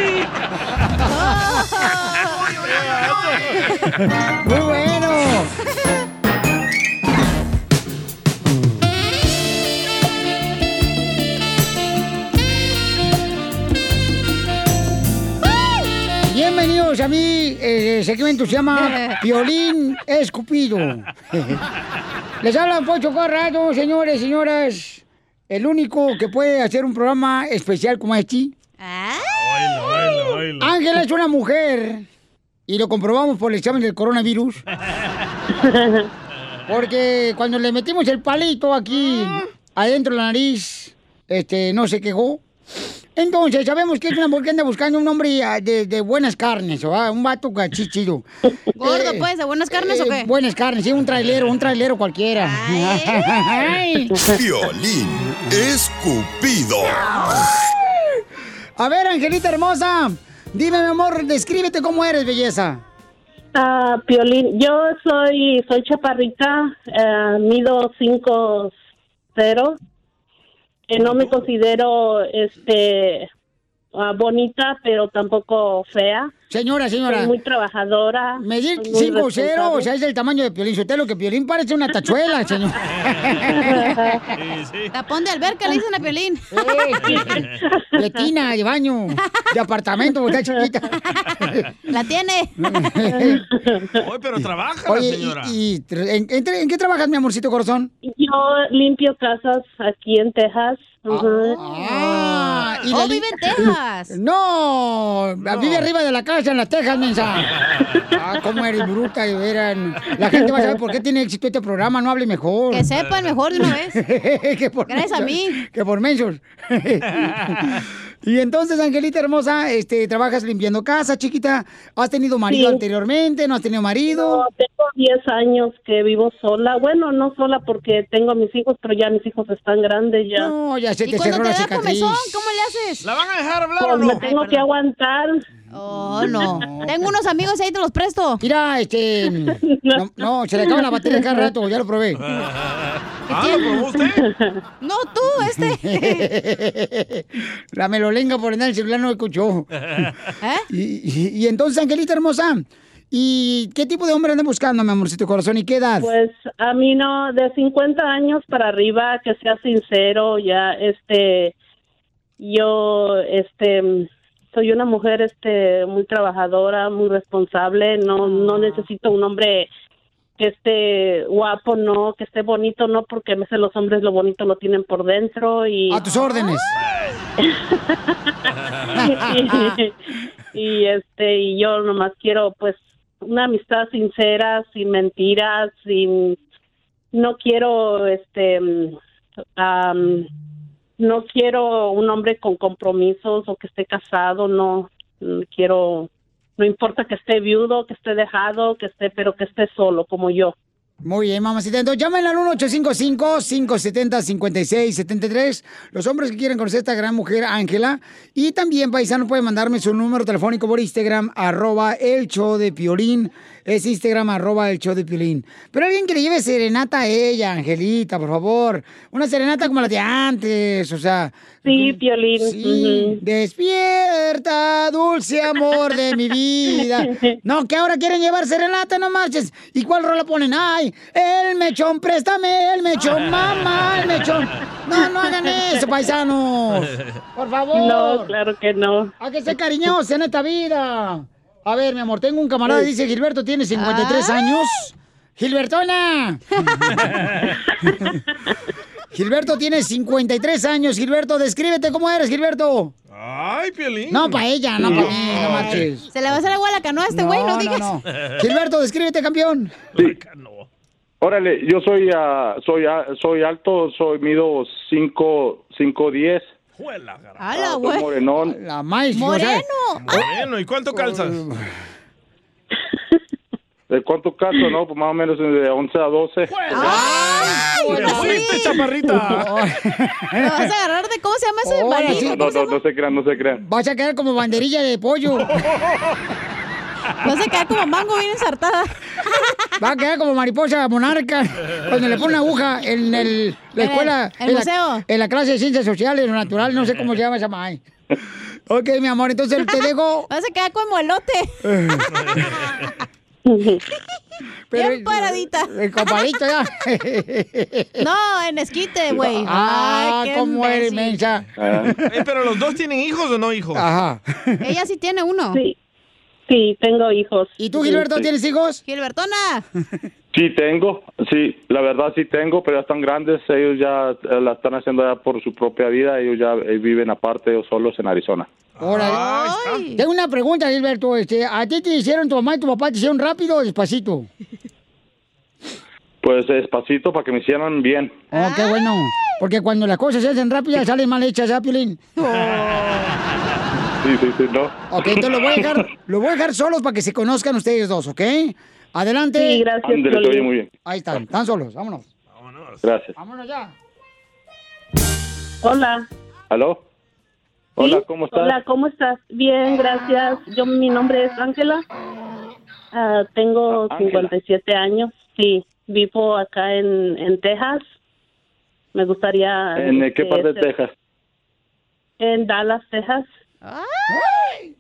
S11: uy, uy.
S2: ¡Muy bueno! Bienvenidos a mi eh, segmento se llama Violín Escupido. Les habla Pocho Corrado, señores, señoras. El único que puede hacer un programa especial como este. Ángela es una mujer y lo comprobamos por el examen del coronavirus. Porque cuando le metimos el palito aquí adentro de la nariz, este, no se quejó. Entonces, sabemos que es una mujer que anda buscando un hombre ah, de, de buenas carnes, ¿verdad? un vato cachichido. Eh,
S7: Gordo, pues, ¿de buenas carnes o qué?
S2: Buenas carnes, sí, un trailero, un trailero cualquiera. Ay.
S6: Violín escupido.
S2: A ver, Angelita hermosa, dime, mi amor, descríbete cómo eres, belleza.
S16: Ah, Piolín, yo soy soy chaparrita, eh, mido 5'0". cero. no me considero este ah, bonita, pero tampoco fea.
S2: Señora, señora.
S16: Soy muy trabajadora.
S2: Medir
S16: soy muy
S2: 5-0, o sea,
S16: responsable.
S2: es el tamaño de Piolín Sotelo, que Piolín parece una tachuela, señor.
S7: Tapón de alberca le dicen a Piolín.
S2: De tina, de baño, de apartamento, porque está chiquita. ¿eh?
S7: La tiene.
S3: Oye, pero trabaja
S2: Oye,
S3: la señora.
S2: y, y tr- ¿en, en- en qué trabajas, mi amorcito corazón?
S16: Yo limpio casas aquí en Texas. Ujú.
S2: Ah,
S7: Oh,
S2: y la li- No, vive arriba de la casa en las Texas, mensa. Ah, cómo eres bruta, de veras. La gente va a saber por qué tiene éxito este programa, no hable mejor.
S7: Que sepan mejor de una vez.
S2: que por
S7: Gracias a
S2: mensos,
S7: mí.
S2: Que por mensos. y entonces, Angelita hermosa, este, trabajas limpiando casa, chiquita. ¿Has tenido marido
S16: Sí.
S2: anteriormente? ¿No has tenido marido?
S16: No, tengo 10 años que vivo sola. Bueno, no sola porque tengo a mis hijos, pero ya mis hijos están grandes ya.
S2: No, ya
S7: y cuando te da comezón, ¿cómo le haces?
S3: ¿La van a dejar hablar
S16: Pues me tengo que aguantar.
S7: Oh, no. Tengo unos amigos ahí, te los presto.
S2: Mira, este. No, no, se le acaba la batería cada rato, ya lo probé.
S3: Ah, ¿lo probó usted?
S7: No, tú,
S2: este. la melolenga por andar el celular no escuchó.
S7: ¿Eh?
S2: Y, y- y entonces, Angelita hermosa, ¿y qué tipo de hombre andan buscando, mi amorcito corazón? ¿Y qué edad?
S16: Pues a mí no, de 50 años para arriba, que sea sincero, ya este, yo este, soy una mujer este, muy trabajadora, muy responsable, no,
S2: Ah.
S16: no necesito un hombre que esté guapo, no, que esté bonito, no, porque a veces los hombres lo bonito lo tienen por dentro y...
S2: A tus órdenes.
S16: y, y, este y yo nomás quiero pues una amistad sincera sin mentiras sin no quiero este mm, am, no quiero un hombre con compromisos o que esté casado no Mm, quiero no importa que esté viudo que esté dejado que esté pero que esté solo como yo
S2: Muy bien, mamacita. Entonces, llámenla al 1-855-570-5673. Los hombres que quieren conocer a esta gran mujer, Ángela. Y también, paisano, pueden mandarme su número telefónico por Instagram, arroba el show de Piolín. Es Instagram, arroba el show de Piolín. Pero alguien que le lleve serenata a ella, Angelita, por favor. Una serenata como la de antes, o sea...
S16: Sí, Piolín.
S2: Sí. Despierta, dulce amor de mi vida. No, que ahora quieren llevar serenata, no marches. ¿Y cuál rola ponen? Ay, el mechón, préstame el mechón, mamá, el mechón. No, no hagan eso, paisanos. Por favor.
S16: no claro que no
S2: Hay que ser cariñosos en esta vida. A ver, mi amor, tengo un camarada, dice Gilberto, tiene
S7: Ah.
S2: 53 años. Gilbertona. Gilberto tiene 53 años. Gilberto, descríbete cómo eres, Gilberto.
S3: Ay, Piolín.
S2: No, para ella, no para mí, no marches.
S7: Se le va a hacer agua a la canoa a este güey, no, digas.
S2: Gilberto, descríbete, campeón.
S17: Órale, yo soy ah, soy ah, soy alto, soy mido 5 5 10.
S7: ¡Hala,
S17: Soy
S7: Ah, güey!
S17: morenón.
S2: La maíz,
S7: ¡Moreno!
S3: Bueno, ¿y cuánto calzas?
S17: ¿De cuánto caso, no? Pues más o menos de 11 a 12.
S7: Ah,
S3: ¡Te fuiste, chaparrita!
S7: ¿Me vas a agarrar de cómo se llama ese marido?
S17: No, no, no se crean, no se crean.
S2: Vas a quedar como banderilla de pollo.
S7: Vas a quedar como mango bien ensartada.
S2: Va a quedar como mariposa monarca cuando le pone una aguja en el, la
S7: En el-
S2: escuela.
S7: el
S2: en la-
S7: museo.
S2: en la clase de ciencias sociales, lo natural, no sé cómo se llama esa madre. Ok, mi amor, entonces te dejo.
S7: Vas a quedar como elote. Bien paradita.
S2: eh, El compadito ya.
S7: No, en esquite, güey.
S2: Ah,
S7: Ay, qué
S2: cómo eres,
S7: imbécil. Ah.
S2: mensa.
S3: Eh, pero los dos tienen hijos o no hijos?
S2: Ajá.
S7: Ella sí tiene uno.
S16: sí sí tengo hijos Este.
S2: y tú Gilberto
S17: Sí.
S2: tienes hijos
S7: Gilbertona.
S17: Sí tengo, sí, la verdad sí tengo, pero ya están grandes, ellos ya eh, la están haciendo ya por su propia vida, ellos ya eh, viven aparte, ellos solos en Arizona.
S2: Órale. Tengo una pregunta, Gilberto. Este, ¿A ti te hicieron tu mamá y tu papá te hicieron rápido o despacito?
S17: Pues despacito para que me hicieran bien.
S2: Oh, qué bueno. Porque cuando las cosas se hacen rápidas, salen mal hechas, ¿ya, Piolín?
S17: Sí, sí, sí, no.
S2: Ok, entonces lo voy a dejar, lo voy a dejar solos para que se conozcan ustedes dos, ¿ok? Adelante.
S17: Sí, gracias, Ándale, te oye Piolín. muy bien.
S2: Ahí están, están solos, vámonos.
S17: Gracias.
S2: Vámonos ya.
S16: hola
S17: ¿Aló? Hola, ¿cómo estás?
S16: Hola, ¿cómo estás?
S17: Ah.
S16: Bien, gracias. Yo, mi nombre es Ángela. Ah, tengo
S17: Ah, Ángela.
S16: 57 años. Sí, vivo acá en, en Texas. Me gustaría...
S17: ¿En eh, qué
S16: este,
S17: parte de
S16: ser-
S17: Texas?
S16: En Dallas, Texas.
S17: O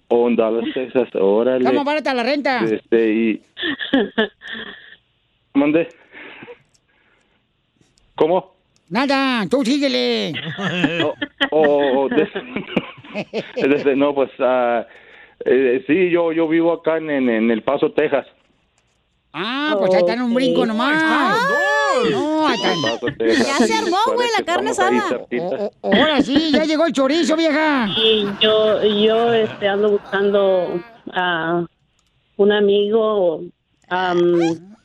S17: Oh, en Dallas, Texas, órale.
S2: ¿Cómo barato la renta?
S17: Este, y... Mande. ¿Cómo?
S2: Nada, tú síguele.
S17: O des-
S1: Eh.
S17: desde- no, pues, ah, eh, sí, yo, yo vivo acá en, en, en El Paso, Texas.
S2: Ah, pues ahí están un brinco nomás. No, ahí
S17: El
S2: están.
S17: Paso, Texas.
S7: Ya se armó, güey, la carne
S17: Estamos ahí
S7: asada.
S17: cerquita.
S1: Oh,
S2: Ahora sí, ya llegó el chorizo, vieja.
S16: Y yo, yo este, ando buscando a un amigo. am,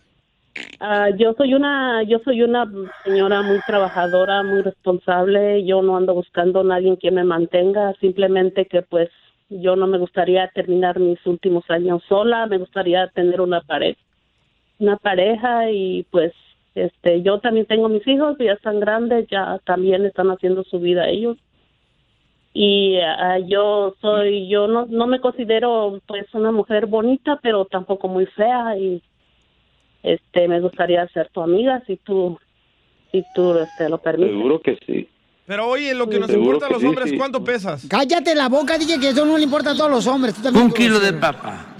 S16: ah, yo soy una, yo soy una señora muy trabajadora, muy responsable. Yo no ando buscando a nadie que me mantenga. Simplemente que, pues, yo no me gustaría terminar mis últimos años sola. Me gustaría tener una pareja, una pareja y, pues, este, yo también tengo mis hijos, ya están grandes, ya también están haciendo su vida ellos y ah, yo soy yo no no me considero pues una mujer bonita pero tampoco muy fea y este me gustaría ser tu amiga si tú si tú este, lo permites
S17: Seguro que sí.
S3: Pero oye, lo que nos
S17: Seguro
S3: importa a
S17: que
S3: los
S17: sí,
S3: hombres,
S17: sí.
S3: ¿cuánto pesas?
S2: Cállate la boca, dije que eso no le importa a todos los hombres. Tú también.
S3: papa.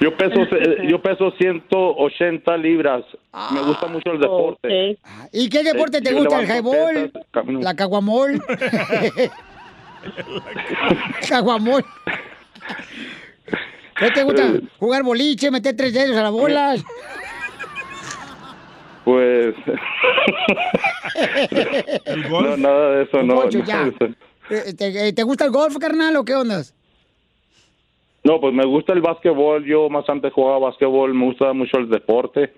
S17: Yo peso, eh, yo peso 180 libras. Me gusta mucho el deporte.
S2: Ah, ¿Y qué deporte
S17: Eh,
S2: te
S17: yo
S2: gusta? ¿El
S17: levanto
S2: highball?
S17: pesas, camino.
S2: ¿La caguamol?
S1: oh.
S2: caguamol. ¿Qué te gusta? ¿Jugar boliche? ¿Meter tres dedos a las bolas?
S17: Pues. no, nada de eso,
S2: Don
S17: no.
S2: Poncho,
S17: nada
S2: ya.
S17: de eso.
S2: Eh, ¿Te, eh, te gusta el golf, carnal, o qué onda?
S17: No, pues me gusta el básquetbol. Yo más antes jugaba básquetbol. Me gusta mucho el deporte.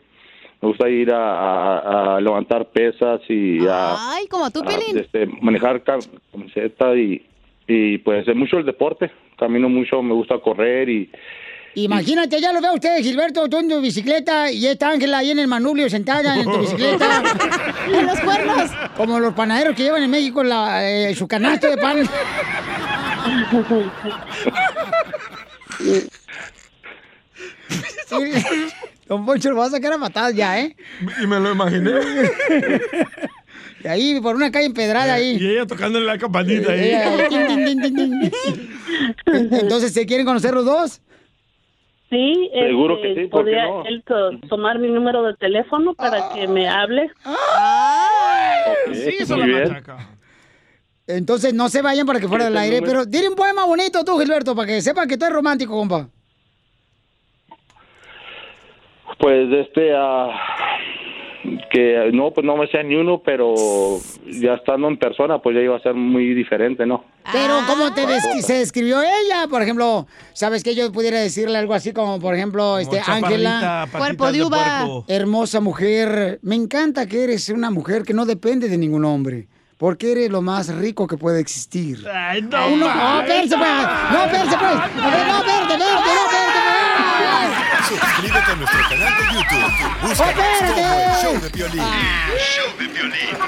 S17: Me gusta ir a, a- a levantar pesas y a,
S7: Ay, como Ah,
S16: Ah,
S7: tú,
S17: a,
S7: Pelín.
S17: este, manejar cam- camiseta y, y pues es mucho el deporte. Camino mucho, me gusta correr y
S2: Imagínate, ya lo veo a ustedes, Gilberto, tú en tu bicicleta y esta Ángela ahí en el manubrio sentada en tu bicicleta. ¡En los cuernos! Como los panaderos que llevan en México la, eh, su
S1: Este
S2: canasto de pan. Sí, Don Poncho lo va a sacar a matar ya, ¿eh?
S3: Y me lo imaginé.
S2: Y ahí, por una calle empedrada ahí.
S3: Y ella tocándole la campanita ahí.
S2: Eh, tin, tin, tin, tin, tin. Entonces, ¿se quieren conocer los dos?
S16: sí
S2: Seguro
S16: este,
S2: que sí, ¿por qué
S16: podría
S2: no?
S16: él to- tomar mi número de teléfono para que me hable
S17: Sí, hizo muy la bien.
S2: Entonces, no se vayan para que fuera
S17: ¿Qué
S2: del
S17: es el
S2: aire.
S17: número?
S2: Pero dile un poema bonito tú, Gilberto, para que sepa que tú eres romántico, compa.
S17: Pues este, ah, que no, pues no me sea ni uno, pero ya estando en persona, pues ya iba a ser muy diferente, ¿no?
S7: Ah.
S2: Pero ¿cómo te descri- se describió ella? Por ejemplo, ¿sabes que yo pudiera decirle algo así como, por ejemplo, este
S3: chaparrita,
S2: Ángela?
S3: patitas Cuerpo de de uva. puerco.
S2: Hermosa mujer. Me encanta que eres una mujer que no depende de ningún hombre. Porque eres lo más rico que puede existir.
S3: Ay,
S2: No, no, no, espérense, pues. No, espérense, pues. A ver, no, espérate, espérate, no, espérate,
S6: Suscríbete a nuestro canal de YouTube. Búscanos
S2: Espérate.
S6: como el show de Piolín.
S7: Ah.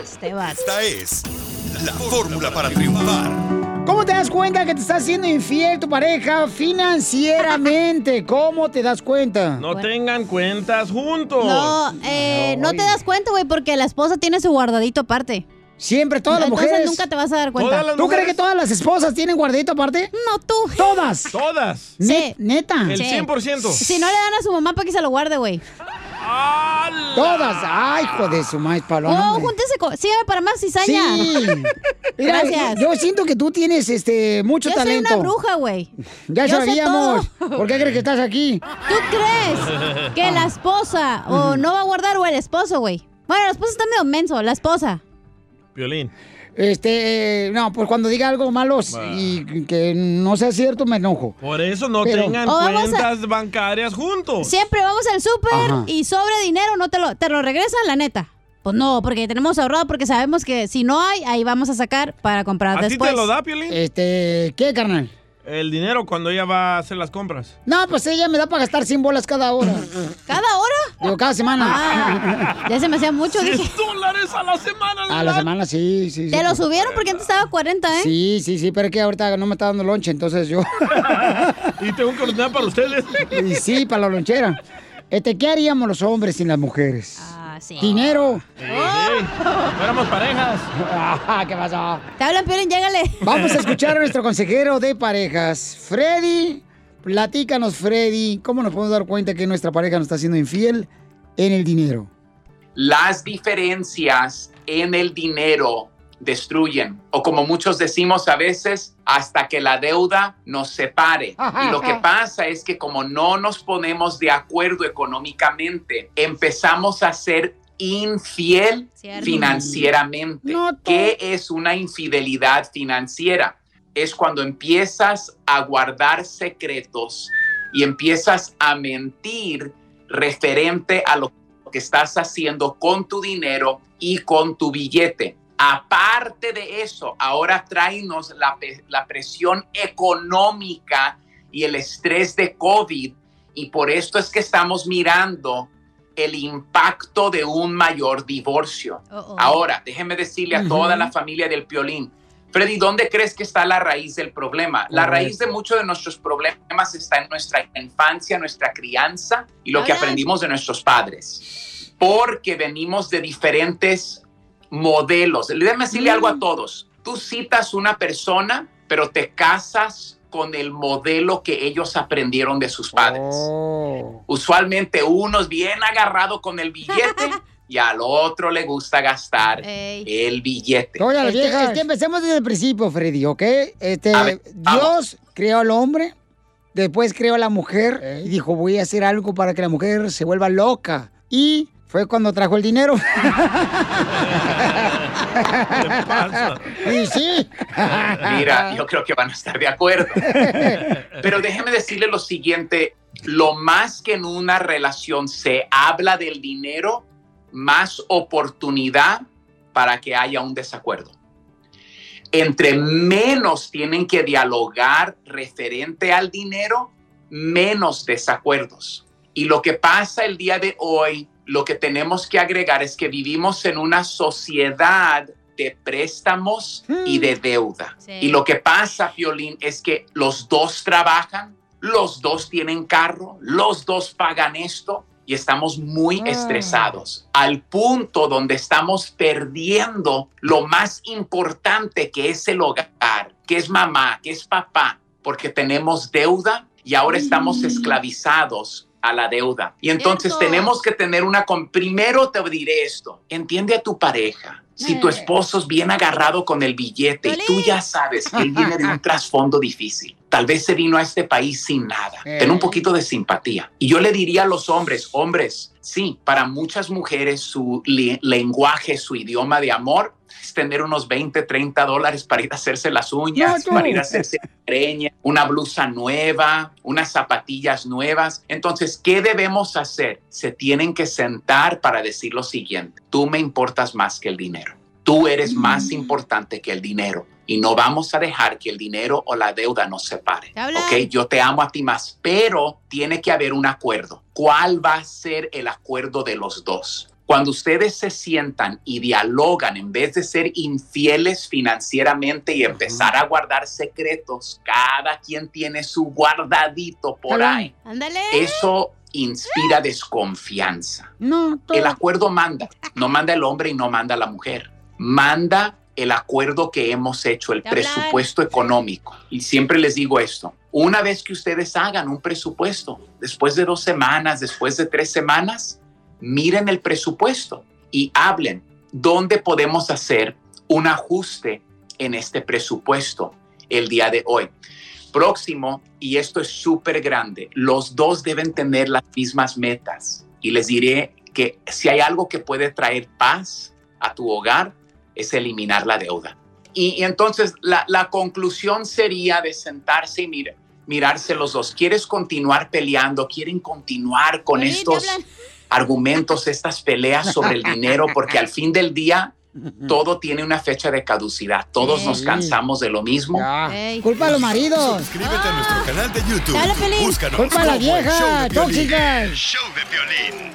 S7: Este vato.
S6: Esta es la fórmula para triunfar.
S2: pues. ¿Cómo te das cuenta que te está haciendo infiel tu pareja financieramente? ¿Cómo te das cuenta?
S3: No tengan cuentas juntos.
S7: No, eh, no te das cuenta, güey, porque la esposa tiene su guardadito aparte.
S2: Siempre, todas las
S7: Entonces
S2: mujeres.
S7: nunca te vas a dar cuenta.
S2: ¿Tú crees que todas las esposas tienen guardadito aparte?
S7: No, tú.
S2: Todas.
S3: Todas.
S2: Ne- Neta.
S3: El 100%.
S7: Si no le dan a su mamá para que se lo guarde, güey.
S2: Todas. Ay, hijo de su maíz paloma.
S7: Oh,
S2: hombre.
S7: júntense con... Sí, para más cizaña.
S2: Sí. Mira,
S7: Gracias.
S2: Yo siento que tú tienes este mucho
S7: Yo
S2: talento.
S7: soy una bruja, güey.
S2: Ya
S7: Yo sé
S2: sabíamos.
S7: todo.
S2: ¿Por qué crees que estás aquí?
S7: ¿Tú crees que la esposa o no va a guardar o el esposo, güey? Bueno, la esposa está medio menso, la esposa.
S3: Violín.
S2: Este, eh, no, pues cuando diga algo malo s-
S3: Ah.
S2: y que no sea cierto, me enojo.
S3: Por eso no
S2: Pero-
S3: tengan
S2: O vamos a-
S3: cuentas bancarias juntos.
S7: Siempre vamos al
S2: Ajá.
S7: súper y sobre dinero no te lo, te lo regresan, la neta. Pues no, porque tenemos ahorrado, porque sabemos que si no hay, ahí vamos a sacar para comprar
S3: ¿A ti te
S7: después.
S3: lo da, Piolín?
S2: Este, ¿qué, carnal?
S3: El dinero cuando ella va a hacer las compras.
S2: No, pues ella me da para gastar 100 bolas cada hora.
S7: ¿Cada hora?
S2: Digo, cada semana.
S7: Ah, Ya se me hacía mucho,
S2: Sí,
S7: dije.
S3: dólares a la semana!
S2: A la semana, sí, sí. sí.
S7: Te lo subieron porque antes estaba 40, ¿eh?
S2: Sí, sí, sí, pero es que ahorita no me está dando lonche, entonces yo.
S3: Y tengo que ordenar para ustedes.
S2: Y sí, para la lonchera. Este, ¿qué haríamos los hombres sin las mujeres?
S7: Ah, sí.
S2: Dinero.
S7: ¡Oh!
S3: fuéramos parejas.
S2: Ah, ¿Qué pasó?
S7: Te hablan, Piolín, llégale.
S2: Vamos a escuchar a nuestro consejero de parejas, Freddy. Platícanos, Freddy, ¿cómo nos podemos dar cuenta que nuestra pareja nos está siendo infiel en el dinero?
S18: Las diferencias en el dinero destruyen o como muchos decimos a veces hasta que la deuda nos separe y lo que pasa es que como no nos ponemos de acuerdo económicamente empezamos a ser infiel
S1: Cierto.
S18: financieramente ¿qué es una infidelidad financiera? es cuando empiezas a guardar secretos y empiezas a mentir referente a lo que estás haciendo con tu dinero y con tu billete. Aparte de eso, ahora tráenos la, pe- la presión económica y el estrés de COVID y por esto es que estamos mirando el impacto de un mayor divorcio.
S1: Uh-oh.
S18: Ahora, déjeme decirle a
S1: Ujú.
S18: toda la familia del Piolín, Freddy, ¿dónde crees que está la raíz del problema? La
S1: Correcto.
S18: raíz de muchos de nuestros problemas está en nuestra infancia, nuestra crianza y lo que
S1: Hola.
S18: aprendimos de nuestros padres, porque venimos de diferentes modelos. Déjame decirle algo a todos. Tú citas una persona, pero te casas con el modelo que ellos aprendieron de sus padres. Usualmente uno es bien agarrado con el billete y al otro le gusta gastar
S7: Ey.
S18: el billete.
S2: Oye, la vieja, es que empecemos desde el principio, Freddy, ¿ok? Este,
S18: Este, A ver,
S2: Dios creó al hombre, después creó a la mujer y dijo, voy a hacer algo para que la mujer se vuelva loca. Y fue cuando trajo el dinero. y sí.
S18: Mira, yo creo que van a estar de acuerdo. Pero déjeme decirle lo siguiente, lo más que en una relación se habla del dinero, más oportunidad para que haya un desacuerdo. Entre menos tienen que dialogar referente al dinero, menos desacuerdos. Y lo que pasa el día de hoy, lo que tenemos que agregar es que vivimos en una sociedad de préstamos y de deuda.
S1: Sí.
S18: Y lo que pasa, Violín, es que los dos trabajan, los dos tienen carro, los dos pagan esto y estamos muy
S1: Ah.
S18: estresados al punto donde estamos perdiendo lo más importante que es el hogar, que es mamá, que es papá, porque tenemos deuda y ahora estamos esclavizados a la deuda. Y entonces
S1: Cierto.
S18: tenemos que tener una... con- Primero te diré esto, entiende a tu pareja. Si tu
S1: Eh.
S18: esposo es bien agarrado con el billete y tú ya sabes que él viene de un trasfondo difícil, tal vez se vino a este país sin nada,
S1: Eh.
S18: ten un poquito de simpatía. Y yo le diría a los hombres, hombres, sí, para muchas mujeres su li- lenguaje, su idioma de amor es tener unos 20, 30 dólares para ir a hacerse las uñas,
S1: No, no.
S18: para ir a hacerse preña, este, una blusa nueva, unas zapatillas nuevas. Entonces, ¿qué debemos hacer? Se tienen que sentar para decir lo siguiente, tú me importas más que el dinero, tú eres más importante que el dinero y no vamos a dejar que el dinero o la deuda nos separe. Ok, yo te amo a ti más, pero tiene que haber un acuerdo. ¿Cuál va a ser el acuerdo de los dos? Cuando ustedes se sientan y dialogan, en vez de ser infieles financieramente y empezar a guardar secretos, cada quien tiene su guardadito por ahí.
S7: Ándale.
S18: Eso inspira desconfianza.
S2: No,
S18: El acuerdo manda, no manda el hombre y no manda la mujer. Manda el acuerdo que hemos hecho, el presupuesto económico. Y siempre les digo esto, una vez que ustedes hagan un presupuesto, después de dos semanas, después de tres semanas, miren el presupuesto y hablen dónde podemos hacer un ajuste en este presupuesto el día de hoy. Próximo, y esto es súper grande, los dos deben tener las mismas metas. Y les diré que si hay algo que puede traer paz a tu hogar, es eliminar la deuda. Y, y entonces la, la conclusión sería de sentarse y mira- mirarse los dos. ¿Quieres continuar peleando? ¿Quieren continuar con estos argumentos, estas peleas sobre el dinero? Porque al fin del día todo tiene una fecha de caducidad. Todos nos cansamos de lo mismo.
S2: Culpa a los maridos.
S6: Suscríbete a nuestro canal de YouTube.
S2: Dale, Pelín.
S6: Búscanos
S2: Culpa a la
S6: como El
S2: vieja,
S6: Show de Piolín.
S2: tóxica.
S6: Show de Piolín.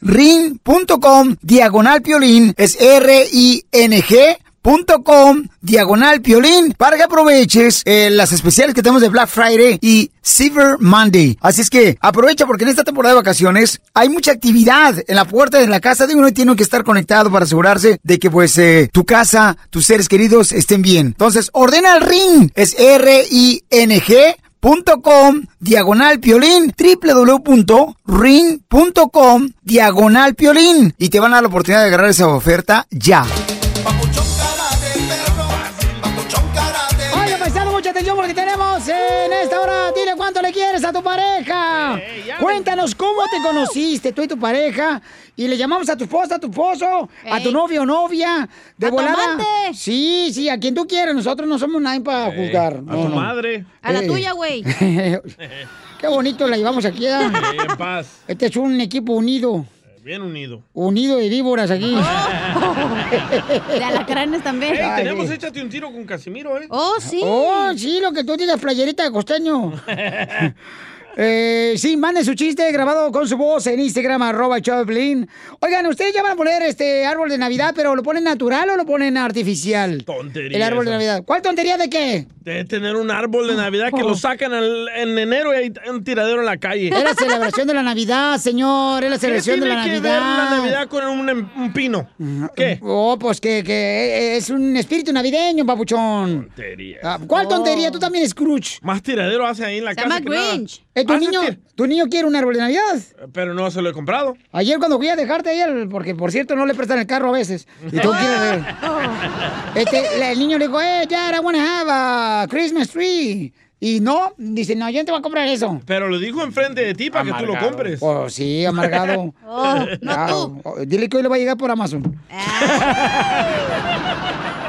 S2: ring.com diagonal piolín es r-i-n-g.com diagonal piolín para que aproveches eh, las especiales que tenemos de Black Friday y Silver Monday. Así es que aprovecha porque en esta temporada de vacaciones hay mucha actividad en la puerta de la casa de uno y tiene que estar conectado para asegurarse de que pues eh, tu casa, tus seres queridos estén bien. Entonces ordena el ring es r-i-n-g ring.com diagonal piolín www.ring.com diagonal piolín y te van a dar la oportunidad de agarrar esa oferta ya. Oye, paisano, mucha atención porque tenemos en esta hora, dile cuánto le quieres a tu pareja. Cuéntanos cómo te conociste tú y tu pareja. Y le llamamos a tu esposa, a tu esposo, a tu
S7: Ey.
S2: novio o novia. De
S7: A tu
S2: volada.
S7: amante.
S2: Sí, sí, a quien tú quieras. Nosotros no somos nadie para
S3: Ey,
S2: juzgar.
S3: a
S2: No,
S3: tu
S2: no.
S3: madre.
S7: A la
S2: Ey.
S7: tuya, güey.
S2: Qué bonito la llevamos aquí. ¿eh?
S3: en paz.
S2: Este es un equipo unido.
S3: Bien unido.
S2: Unido de víboras aquí.
S7: Oh. De alacranes también.
S3: Ey, tenemos échate un tiro con Casimiro, ¿eh?
S7: Oh, sí.
S2: Oh, sí, lo que tú digas, playerita de costeño. Eh, sí, manden su chiste grabado con su voz en Instagram, arroba Choplin. Oigan, ustedes ya van a poner este árbol de Navidad, pero ¿lo ponen natural o lo ponen artificial?
S3: Tontería
S2: El árbol de
S3: esa.
S2: Navidad. ¿Cuál tontería de qué?
S3: Debe tener un árbol de Navidad
S2: Oh.
S3: que lo sacan al- en enero y hay un tiradero en la calle.
S2: Es la celebración de la Navidad, señor. Es la celebración
S3: ¿Qué
S2: de
S3: tiene
S2: la
S3: que
S2: Navidad.
S3: ver la Navidad con un, em- un pino? ¿Qué?
S2: Oh, pues que, que es un espíritu navideño, papuchón.
S3: Tontería.
S2: Ah, ¿Cuál tontería? Tú también, Scrooge.
S3: Oh. Más tiradero hace ahí en la casa. que nada.
S2: Eh, ¿tu,
S3: Hace
S2: niño,
S3: tir-
S2: ¿Tu niño quiere un árbol de Navidad?
S3: Pero no se lo he comprado.
S2: Ayer cuando fui a dejarte ayer, porque por cierto no le prestan el carro a veces. Y tú quieres ver. Este, la- el niño le dijo, eh, ya I wanna have a Christmas tree. Y no, dice, no, yo no te voy a comprar eso.
S3: Pero lo dijo enfrente de ti para que tú lo
S2: Amargado.
S3: compres.
S2: Pues sí, amargado.
S14: Oh,
S2: Ya, o- Dile que hoy le va a llegar por Amazon.
S14: Ah.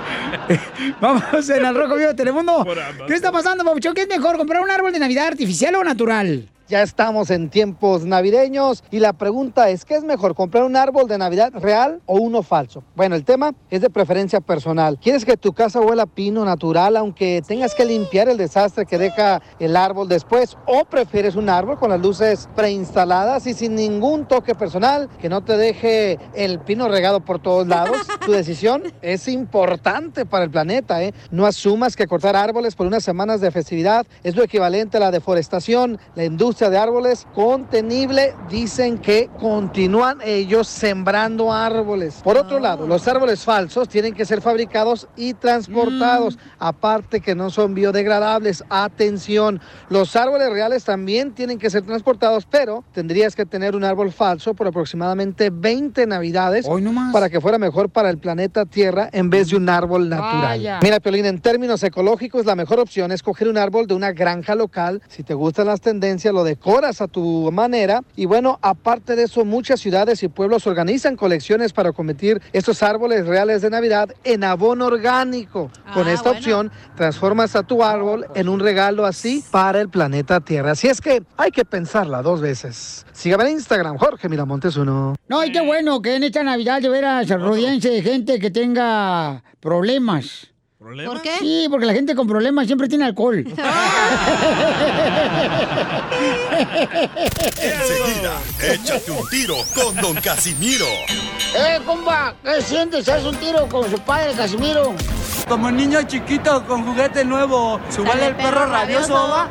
S2: Vamos en el Rojo Vivo de Telemundo. ¿Qué está pasando, Pabuchón? ¿Qué es mejor, comprar un árbol de Navidad artificial o natural?
S5: Ya estamos en tiempos navideños y la pregunta es, ¿qué es mejor, comprar un árbol de Navidad real o uno falso? Bueno, el tema es de preferencia personal. ¿Quieres que tu casa huela a pino natural aunque tengas que limpiar el desastre que deja el árbol después? ¿O prefieres un árbol con las luces preinstaladas y sin ningún toque personal que no te deje el pino regado por todos lados? Tu decisión es importante para el planeta, ¿eh? No asumas que cortar árboles por unas semanas de festividad es lo equivalente a la deforestación. La industria de árboles contenible dicen que continúan ellos sembrando árboles. Por otro lado, los árboles falsos tienen que ser fabricados y transportados, aparte que no son biodegradables. Atención, los árboles reales también tienen que ser transportados, pero tendrías que tener un árbol falso por aproximadamente 20 navidades para que fuera mejor para el planeta Tierra en vez de un árbol natural.
S2: Vaya.
S5: Mira, Piolín, en términos ecológicos, la mejor opción es coger un árbol de una granja local. Si te gustan las tendencias, lo decoras a tu manera. Y bueno, aparte de eso, muchas ciudades y pueblos organizan colecciones para convertir estos árboles reales de Navidad en abono orgánico. Con esta opción, transformas a tu árbol en un regalo así para el planeta Tierra. Así es que hay que pensarla dos veces. Sígame en Instagram, Jorge Miramontes uno.
S2: No,
S14: Mm.
S2: y qué bueno que en esta Navidad de veras rodense de gente que tenga problemas.
S3: ¿Problemas?
S2: ¿Por qué? Sí, porque la gente con problemas siempre tiene alcohol.
S6: Enseguida, échate un tiro con Don Casimiro.
S2: ¡Eh, compa! ¿Qué sientes? ¿Haz un tiro con su padre, Casimiro?
S14: Como niño chiquito con juguete nuevo, subale el perro rabioso, va.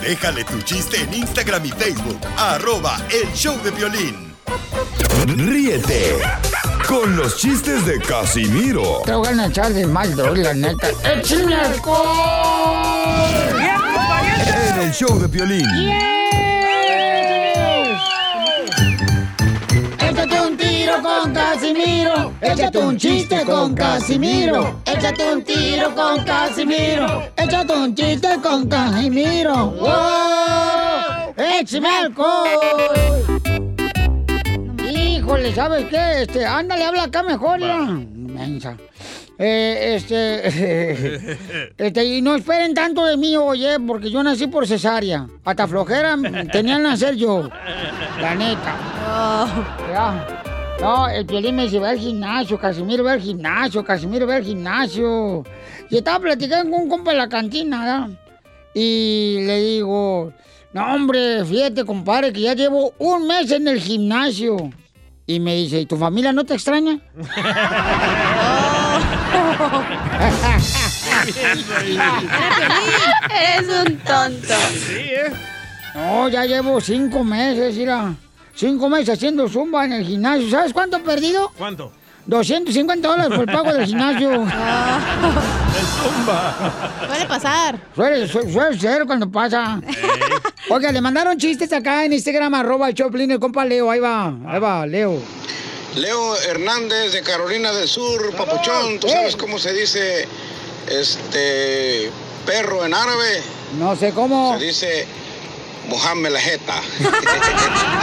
S6: Déjale tu chiste en Instagram y Facebook. Arroba el show de violín. Ríete con los chistes de Casimiro
S2: Tengo ganas de echar de mal, bro, la neta. ¡Échame alcohol!
S6: en el show de violín.
S2: Échate un tiro con Casimiro. Échate un chiste con Casimiro. Échate un tiro con Casimiro. Échate un chiste con Casimiro. ¡Wow! ¡Échame alcohol! Híjole, ¿sabes qué? Este, ándale, habla acá mejor, ya. Mensa. Eh, este, este, y no esperen tanto de mí, oye, porque yo nací por cesárea. Hasta flojera tenía que nacer yo. La neta. Ya. No, el Piolín me dice, va al gimnasio, Casimiro va al gimnasio, Casimiro va al gimnasio. Y estaba platicando con un compa en la cantina, ¿verdad? Y le digo, no hombre, fíjate, compadre, que ya llevo un mes en el gimnasio. Y me dice, ¿y tu familia no te extraña?
S19: Eres un tonto.
S3: ¿eh?
S2: No, ya llevo cinco meses, mira. Cinco meses haciendo zumba en el gimnasio. ¿Sabes cuánto he perdido?
S3: ¿Cuánto?
S2: 250 dólares por el pago del gimnasio.
S3: El zumba.
S2: Suele pasar. Suele, su- suele ser cuando pasa. Oiga, le mandaron chistes acá en Instagram, arroba el Choplin, el compa Leo. Ahí va, ahí va, Leo.
S4: Leo Hernández de Carolina del Sur, Papuchón,
S2: Oh,
S4: ¿tú
S2: eh.
S4: sabes cómo se dice este perro en árabe?
S2: No sé cómo.
S4: Se dice Mohamed la jeta.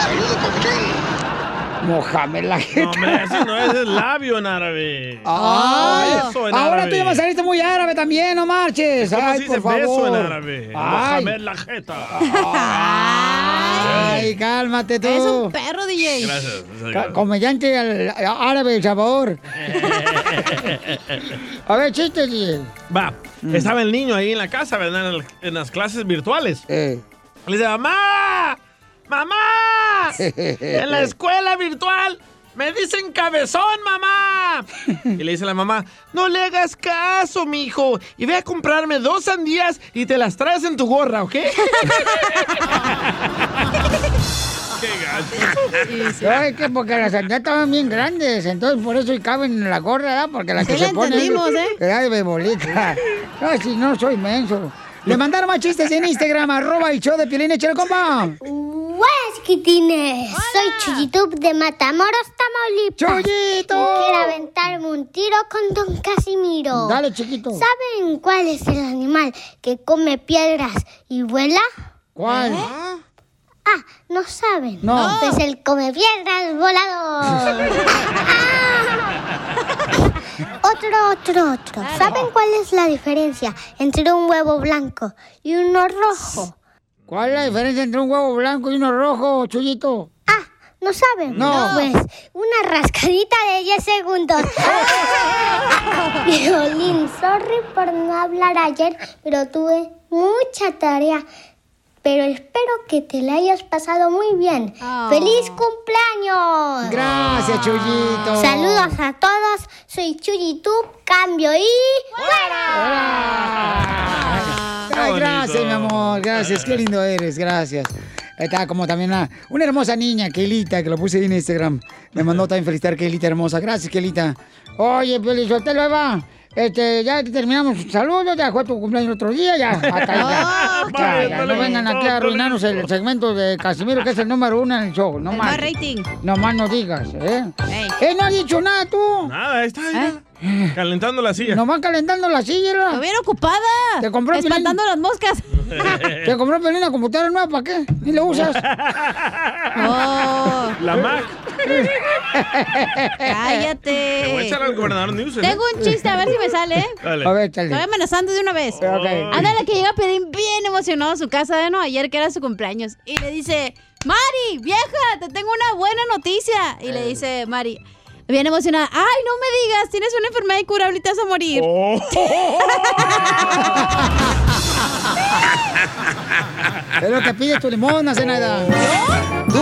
S4: Saludos, Papuchón.
S2: Mojame la
S3: No,
S2: jeta.
S3: hombre, ese no es el labio en árabe.
S2: Ah. Ay,
S3: Beso en
S2: ahora
S3: árabe.
S2: tú ya me saliste muy árabe también, no marches.
S3: ¿Cómo
S2: Ay,
S3: se dice
S2: por
S3: beso
S2: favor.
S3: en árabe?
S2: Ay.
S3: Mohamed la jeta.
S2: Ay, cálmate tú.
S3: Eres
S7: un perro, DJ.
S3: Gracias.
S2: Ca- Comediante al- a- árabe, El Salvador. A ver, chiste, DJ.
S3: Va,
S2: Mm.
S3: estaba el niño ahí en la casa, ¿verdad? En, el- en las clases virtuales.
S2: Eh.
S3: Le dice, mamá, mamá, en la escuela virtual me dicen cabezón, mamá. Y le dice la mamá, no le hagas caso, mijo, y ve a comprarme dos sandías y te las traes en tu gorra, ¿ok?
S2: Ay, que porque las sandías estaban bien grandes, entonces por eso y caben en la gorra, ¿verdad? Porque las
S7: Sí
S2: que
S7: la
S2: se ponen...
S7: entendimos, ¿eh?
S2: Era de bebolita. No, si no, soy menso. Le mandaron más chistes en Instagram, arroba el show de Piolín, échale, compa.
S8: ¡Buenas, chiquitines! Soy Chuyitup de Matamoros, Tamaulipas.
S2: ¡Chuyito!
S8: Y quiero aventarme un tiro con Don Casimiro.
S2: Dale, chiquito.
S8: ¿Saben cuál es el animal que come piedras y vuela?
S2: ¿Cuál?
S8: Ah, no saben.
S2: No.
S8: Pues el come piedras volador. Otro, otro, otro. ¿Saben cuál es la diferencia entre un huevo blanco y uno rojo?
S2: ¿Cuál es la diferencia entre un huevo blanco y uno rojo, Chuyito?
S8: Ah, ¿No saben?
S2: No.
S8: Pues una rascadita de 10 segundos. Violín, sorry por no hablar ayer, pero tuve mucha tarea. Pero espero que te la hayas pasado muy bien. ¡Feliz cumpleaños!
S2: Gracias, Chuyito.
S8: Saludos a todos. Soy Chuyitub, cambio y...
S2: Ay, gracias, mi amor. Gracias. Qué lindo eres. Gracias. Está como también una, una hermosa niña, Kelita, que lo puse ahí en Instagram. Me mandó también felicitar, Kelita hermosa. Gracias, Kelita. Oye, pues, Pelizotelo, Eva. Este, ya terminamos. Saludos, ya fue tu cumpleaños otro día, ya. Hasta ahí, ya.
S7: Oh,
S2: Ya,
S7: vale,
S2: ya,
S7: no
S2: no
S7: le
S2: vengan
S7: gustó,
S2: aquí a
S7: no le
S2: arruinarnos el segmento de Casimiro, que es el número uno en el show. No
S7: El
S2: más.
S7: más rating.
S2: No más no digas, ¿eh? Eh, no has dicho nada tú.
S3: Nada, ahí está.
S2: ¿Eh?
S3: Calentando la silla.
S2: Nos van calentando la silla. era.
S7: bien ocupada.
S2: Te compró
S7: Espantando
S2: las moscas. Te compró Pelín una computadora nueva, ¿para qué? Ni la usas.
S7: Oh.
S3: La Mac.
S7: Cállate.
S3: Te voy a echar al gobernador News. ¿eh?
S7: Tengo un chiste, a ver si me sale.
S3: Dale. A ver, échale.
S7: Estoy amenazando de una vez. Ándale, que llega Pelín bien emocionado a su casa, ¿no? Ayer que era su cumpleaños. Y le dice, Mari, vieja, te tengo una buena noticia. Y le dice, Mari, bien emocionada, ay, no me digas, tienes una enfermedad incurable y te vas a morir.
S2: Es lo que pide tu limón, Zenaida. ¿Tú?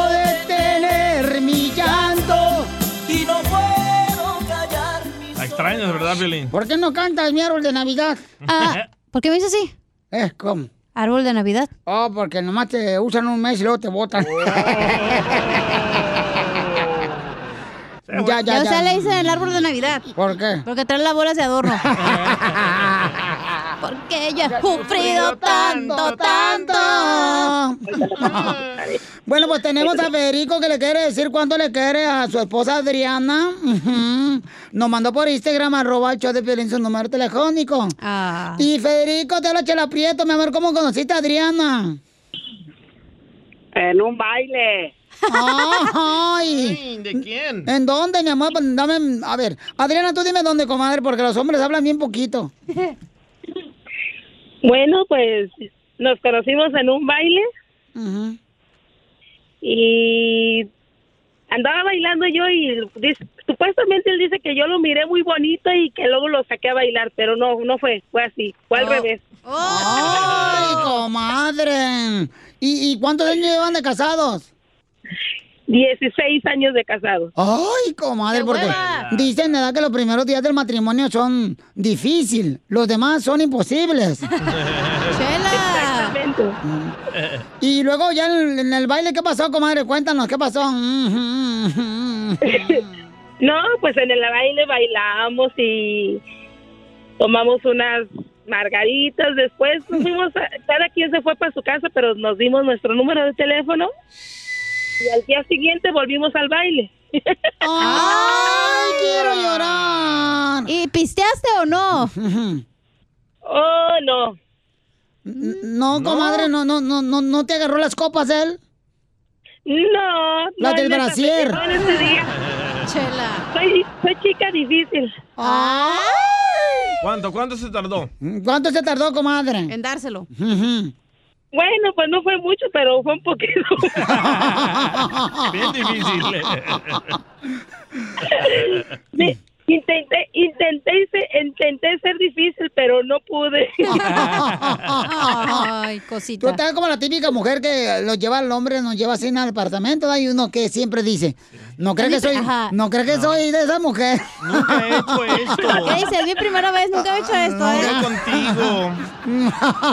S2: detener mi llanto.
S1: Y no puedo callar.
S3: La extrañas, ¿verdad, Piolín?
S2: ¿Por qué no cantas mi árbol de Navidad?
S3: Ah,
S2: ¿por qué me dices así? Es como. ¿Árbol de Navidad? Oh, porque nomás te usan un mes y luego te botan.
S3: Oh.
S7: Oh.
S2: ya,
S7: Ya, o sea, le dicen el árbol de Navidad.
S2: ¿Por qué?
S7: Porque trae las bolas de adorno. Porque yo he sufrido tanto, tanto.
S2: Bueno, pues tenemos a Federico que le quiere decir cuánto le quiere a su esposa Adriana. Ujú. Nos mandó por Instagram arroba el show de Piolín su número telefónico. Y Federico, te lo chela prieto, mi amor, ¿cómo conociste a Adriana?
S9: En un baile.
S2: Ay.
S3: ¿De quién?
S2: ¿En dónde, mi amor? Pues Dame, a ver, Adriana, tú dime dónde, comadre, porque los hombres hablan bien poquito.
S9: Bueno, pues nos conocimos en un baile y andaba bailando yo y dis- supuestamente él dice que yo lo miré muy bonito y que luego lo saqué a bailar, pero no, no fue, fue así, fue al
S2: Oh.
S9: revés.
S2: ¡Ay, comadre! ¿Y, y cuántos años llevan de casados?
S9: 16 años de casados.
S2: ¡Ay, comadre! Porque dicen ¿verdad? que los primeros días del matrimonio son difíciles, los demás son imposibles.
S9: Exactamente.
S3: Mm.
S2: Y luego ya en, en el baile, ¿qué pasó, comadre? Cuéntanos, ¿qué pasó?
S9: No, pues en el baile bailamos y tomamos unas margaritas. Después nos fuimos, a- cada quien se fue para su casa, pero nos dimos nuestro número de teléfono y al día siguiente volvimos al baile.
S2: ¡Ay, quiero llorar!
S7: Ah. ¿Y pisteaste o no?
S9: oh, no.
S2: No, comadre, no, no, no, no, no te agarró las copas él.
S9: No,
S2: La
S9: no,
S2: del
S9: en esa-
S2: brasier.
S9: no, en ese día. Soy, soy chica difícil.
S7: Ah.
S3: ¿Cuánto? ¿Cuánto se tardó?
S2: ¿Cuánto se tardó, comadre?
S7: En dárselo.
S2: Mm.
S9: Bueno, pues no fue mucho, pero fue un poquito.
S3: Bien difícil.
S9: Sí, Intenté, intenté, se- intenté ser difícil, pero no pude.
S7: Ay,
S2: Tú
S7: cosita.
S2: estás como la típica mujer que lo lleva al hombre, nos lleva así al apartamento. Hay uno que siempre dice, No creo que soy,
S7: Ajá.
S2: no creo que soy de esa mujer.
S3: Nunca he hecho
S9: pues.
S7: ¿Qué dices? Es mi primera vez, nunca he hecho
S2: Ah,
S7: esto, ¿eh?
S3: contigo.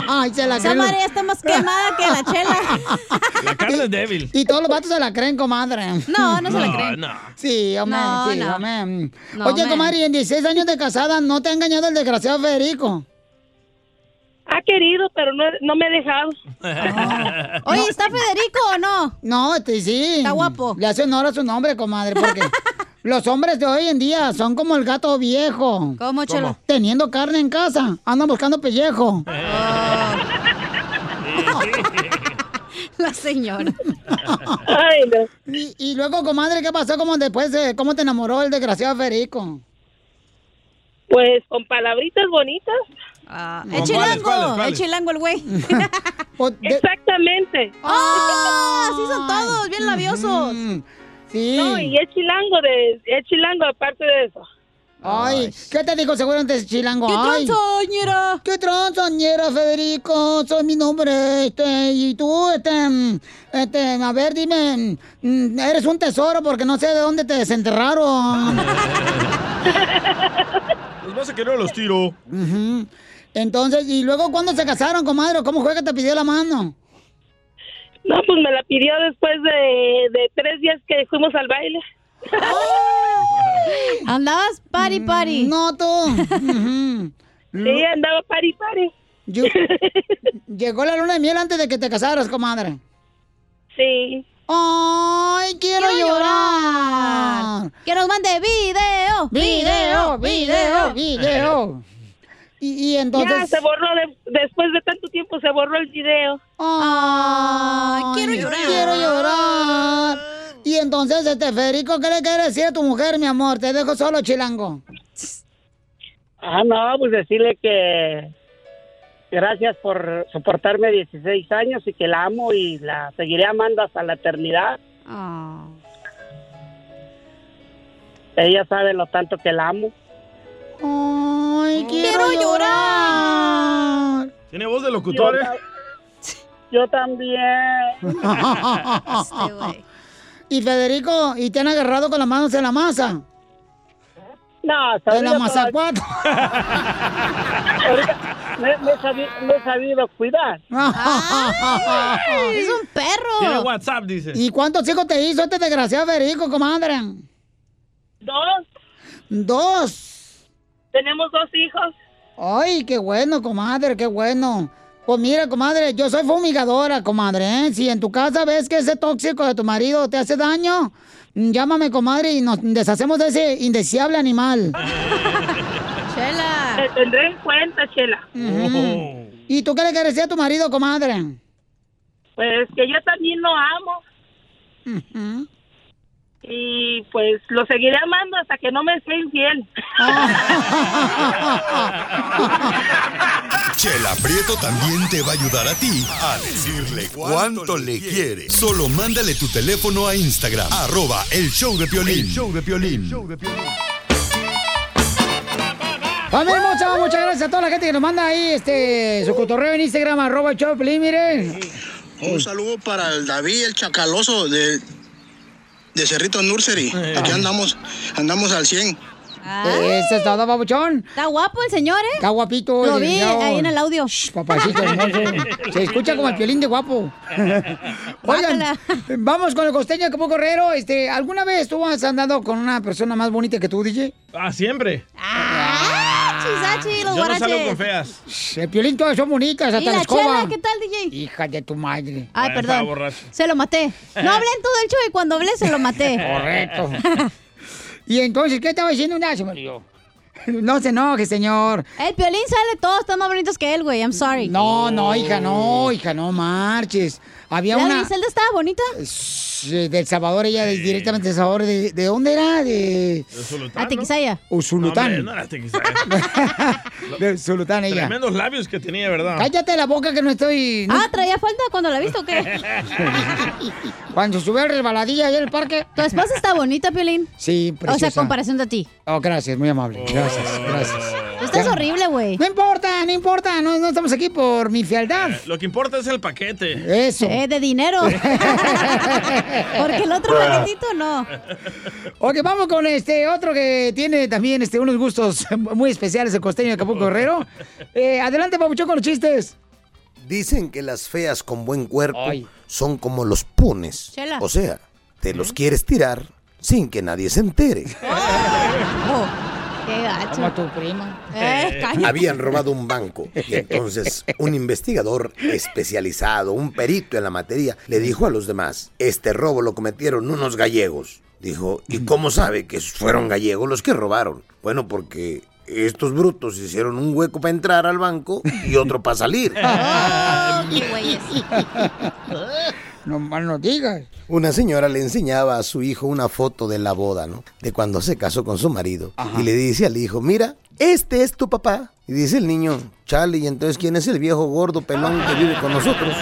S2: Ay, se la
S7: Esa
S2: creen.
S7: María está más quemada que la chela.
S3: La carne es débil.
S2: Y todos los vatos se la creen, comadre.
S7: No, no se la Oh. No, creen.
S3: no.
S2: Sí, hombre,
S7: No,
S2: sí,
S7: no.
S2: hombre.
S7: No,
S2: Oye,
S7: hombre.
S2: comadre, en 16 años de casada, ¿no te ha engañado el desgraciado Federico?
S16: Ha querido, pero no, no me ha dejado.
S7: Oye, ¿está Federico o no?
S2: eh, No, este sí. Está guapo. Le hace honor a su nombre, comadre, porque los hombres de hoy en día son como el gato viejo.
S7: ¿Cómo, Chelo? ¿Cómo?
S2: Teniendo carne en casa, andan buscando pellejo.
S7: La señora.
S2: Y, y luego, comadre, ¿qué pasó? ¿Cómo, después de, ¿Cómo te enamoró el desgraciado Federico?
S16: Pues con palabritas bonitas.
S7: Ah, el chilango, ¿Cuáles, cuáles, cuáles? el chilango, el güey.
S16: Exactamente.
S7: ¡Ah! Así son todos, bien labiosos.
S2: Sí.
S16: No, y es chilango, de, es chilango aparte de eso.
S2: Ay, ¿qué te dijo seguramente ese chilango?
S16: ¿Qué
S2: Ay.
S7: tranzoñera?
S2: ¿Qué tranzoñera, Federico? Soy mi nombre, este, y tú, este, mm, este, a ver, dime, mm, eres un tesoro porque no sé de dónde te desenterraron.
S3: Los vas a querer los tiro.
S2: Ujú. Entonces, ¿y luego cuándo se casaron, comadre? ¿Cómo fue que te pidió la mano?
S16: No, pues me la pidió después de, de tres días que fuimos al baile.
S7: Andabas pari pari.
S2: Mm, No, tú.
S16: Sí, andaba pari pari.
S2: Yo- Llegó la luna de miel antes de que te casaras, comadre.
S16: Sí.
S2: ¡Ay, quiero,
S7: Quiero
S2: llorar.
S7: Que nos mande video,
S2: Oh, Video, video, video. Y, y entonces.
S16: Ya, se borró de- después de tanto tiempo, se borró el video.
S2: Oh. Ay,
S7: quiero llorar.
S2: Quiero llorar. Y entonces, este Federico, ¿qué le quieres decir a tu mujer, mi amor? Te dejo solo, chilango.
S10: Ah, no, pues decirle que gracias por soportarme 16 años y que la amo y la seguiré amando hasta la eternidad.
S2: Oh.
S10: Ella sabe lo tanto que la amo.
S2: Ay, quiero, llorar.
S3: Tiene voz de locutor, ¿eh?
S10: Yo también.
S7: Este
S2: y Federico, ¿y te han agarrado con las manos en la masa?
S10: No, hasta
S2: En la
S10: ahorita
S2: masa
S10: todavía- Ahorita me, me he sabido, me he sabido cuidar.
S7: Ay, es un
S3: Tiene
S7: perro.
S3: WhatsApp, dice.
S2: ¿Y cuántos hijos te hizo este desgraciado Federico, comadre?
S16: Dos.
S2: Dos.
S16: Tenemos dos hijos.
S2: Ay, qué bueno, comadre, qué bueno. Pues mira, comadre, yo soy fumigadora, comadre. ¿eh? Si en tu casa ves que ese tóxico de tu marido te hace daño, mm, llámame, comadre, y nos deshacemos de ese indeseable animal.
S7: Chela.
S16: Te tendré en cuenta, Chela.
S2: Ujú. ¿Y tú qué le quieres decir a tu marido, comadre?
S10: Pues que yo también lo amo.
S16: Y pues lo seguiré amando hasta que no me sea infiel.
S6: Chela Prieto también te va a ayudar a ti a decirle cuánto le quiere. Solo mándale tu teléfono a Instagram, arroba el show de Piolín. show de Piolín.
S2: Familia hermosa, muchas gracias a toda la gente que nos manda ahí este, su cotorreo en Instagram, arroba el show de Piolín, miren.
S12: Un saludo para el David, el chacaloso de, de Cerrito Nursery. Aquí andamos, andamos al 100.
S2: Ese está todo, babuchón.
S7: Está guapo el señor, ¿eh?
S2: Está guapito.
S7: Lo
S2: el
S7: vi
S2: desgraciado.
S7: ahí en el audio.
S2: Papacito hermoso. Se escucha como el piolín de guapo. Oigan, vamos con el costeño de Capo Correro. Este, ¿Alguna vez tú has andado con una persona más bonita que tú, DJ?
S3: Ah, siempre.
S2: Ah,
S7: Chisachi, los
S3: Yo no salgo
S7: guaraches.
S3: con feas.
S2: Shh, El piolín todas son bonitas, hasta
S7: ¿Y
S2: la,
S7: la
S2: escoba.
S7: chela? ¿Qué tal, DJ?
S2: Hija de tu madre.
S7: Ay, perdón. Se lo maté. No hablé en todo el show y cuando hablé se lo maté.
S2: Correcto. y entonces, ¿qué estaba diciendo? Nada, se me olvidó. No se enoje, señor.
S7: El piolín sale todos, están más bonitos que él, güey. I'm sorry.
S2: No, no, hija, no, hija, no marches. Había
S7: ¿La
S2: una.
S7: Griselda estaba bonita?
S2: Sí, del Salvador, ella de- directamente del Salvador. ¿De, de dónde era? De.
S7: A Tequisaya.
S3: No,
S2: Usulután.
S3: hombre, no era tequisaya.
S2: de Usulután, ella.
S3: Tremendos labios que tenía, ¿verdad?
S2: Cállate la boca que no estoy. no-
S7: Ah, traía falda cuando la viste o qué?
S2: Cuando sube resbaladilla ahí en el parque.
S7: Tu esposa está bonita, Piolín.
S2: Sí,
S7: O sea,
S2: preciosa.
S7: comparación de ti.
S2: Oh, gracias, muy amable. Gracias, gracias.
S7: Tú estás
S2: Ya.
S7: horrible, güey.
S2: No importa, no importa, no, no estamos aquí por mi fialdad.
S3: Eh, Lo que importa es el paquete. Eh,
S2: Eso.
S7: Eh, de dinero. Porque el otro
S3: Bruh.
S7: paquetito no.
S2: Ok, vamos con este otro que tiene también este, unos gustos muy especiales, el costeño de Acapulco Guerrero. Eh, adelante, papuchón, con los chistes.
S13: Dicen que las feas con buen cuerpo son como los punes.
S2: Chela.
S13: O sea, te los quieres tirar sin que nadie se entere.
S7: Qué gacho.
S2: Como tu prima.
S7: Eh, cállate.
S13: Habían robado un banco y entonces un investigador especializado, un perito en la materia, le dijo a los demás, este robo lo cometieron unos gallegos. Dijo, ¿y cómo sabe que fueron gallegos los que robaron? Bueno, porque estos brutos hicieron un hueco para entrar al banco y otro para salir.
S7: Ah.
S2: No mal no digas.
S13: Una señora le enseñaba a su hijo una foto de la boda, ¿no? De cuando se casó con su marido. Y le dice al hijo, mira, este es tu papá. Y dice el niño, Charlie, ¿y entonces quién es el viejo gordo pelón que vive con nosotros?